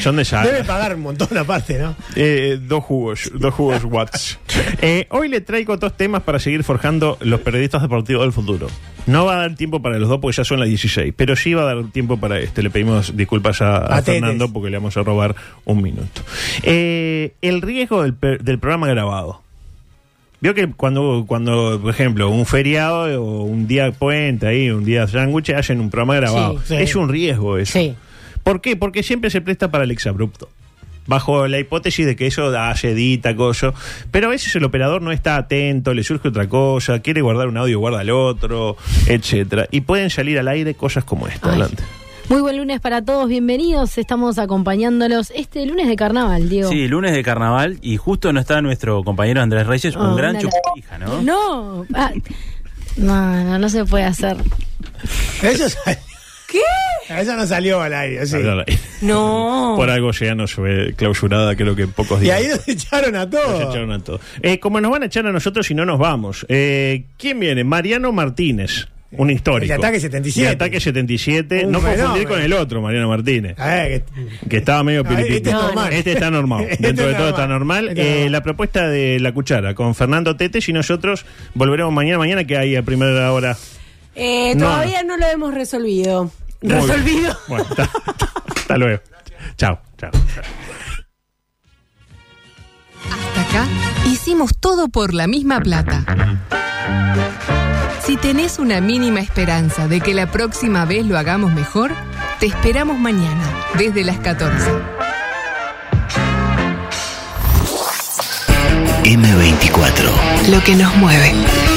S10: Son de ya.
S8: Debe pagar un montón aparte, ¿no?
S10: Eh, dos jugos, dos jugos watts. Eh, hoy le traigo dos temas para seguir forjando los periodistas deportivos del futuro. No va a dar tiempo para los dos porque ya son las 16, pero sí va a dar tiempo para este. Le pedimos disculpas a, a
S8: A Tetes.
S10: Fernando porque le vamos a robar un minuto. Eh, el riesgo del, per- del programa grabado. Vio que cuando, cuando, por ejemplo, un feriado o un día puente ahí, un día sándwich, hacen un programa grabado.
S8: Sí, sí.
S10: Es un riesgo eso. ¿Por qué? Porque siempre se presta para el exabrupto. Bajo la hipótesis de que eso hace edita, coso. Pero a veces el operador no está atento, le surge otra cosa, quiere guardar un audio, guarda el otro, etcétera. Y pueden salir al aire cosas como esta. Adelante.
S15: Muy buen lunes para todos, bienvenidos. Estamos acompañándolos este lunes de carnaval, Diego. Sí, lunes de carnaval y justo no está nuestro compañero Andrés Reyes, Oh, un gran una chupija, ¿no? No, ah, no, no, no se puede hacer.
S8: Eso ¿Qué? Eso no salió al aire, sí.
S10: Perdón.
S15: No.
S10: Por algo ya nos fue clausurada, creo que en pocos
S8: Y
S10: días.
S8: ahí nos echaron a todos.
S10: Nos echaron a todos. Eh, como nos van a echar a nosotros si no nos vamos. Eh, ¿Quién viene? Mariano Martínez, un histórico.
S8: El de Ataque 77.
S10: De Ataque 77.
S8: Un
S10: no confundir
S8: fenómeno.
S10: con el otro, Mariano Martínez.
S8: A ver,
S10: Que estaba medio
S8: Ah, este
S10: piripito.
S8: es normal.
S10: Este está normal.
S8: Este
S10: Dentro
S8: es
S10: de todo está
S8: normal.
S10: normal.
S8: Este es
S10: Eh,
S8: normal.
S10: la propuesta de La Cuchara con Fernando Tetes y nosotros volveremos mañana. Mañana que hay a primera hora.
S12: Eh,
S10: No.
S12: todavía no lo hemos resolvido.
S10: Muy bien.
S12: Resolvido.
S10: Bueno, hasta, hasta luego. Chao, chao.
S26: Hasta acá hicimos todo por la misma plata. Si tenés una mínima esperanza de que la próxima vez lo hagamos mejor, te esperamos mañana, desde las 14.
S27: M24.
S1: Lo que nos mueve.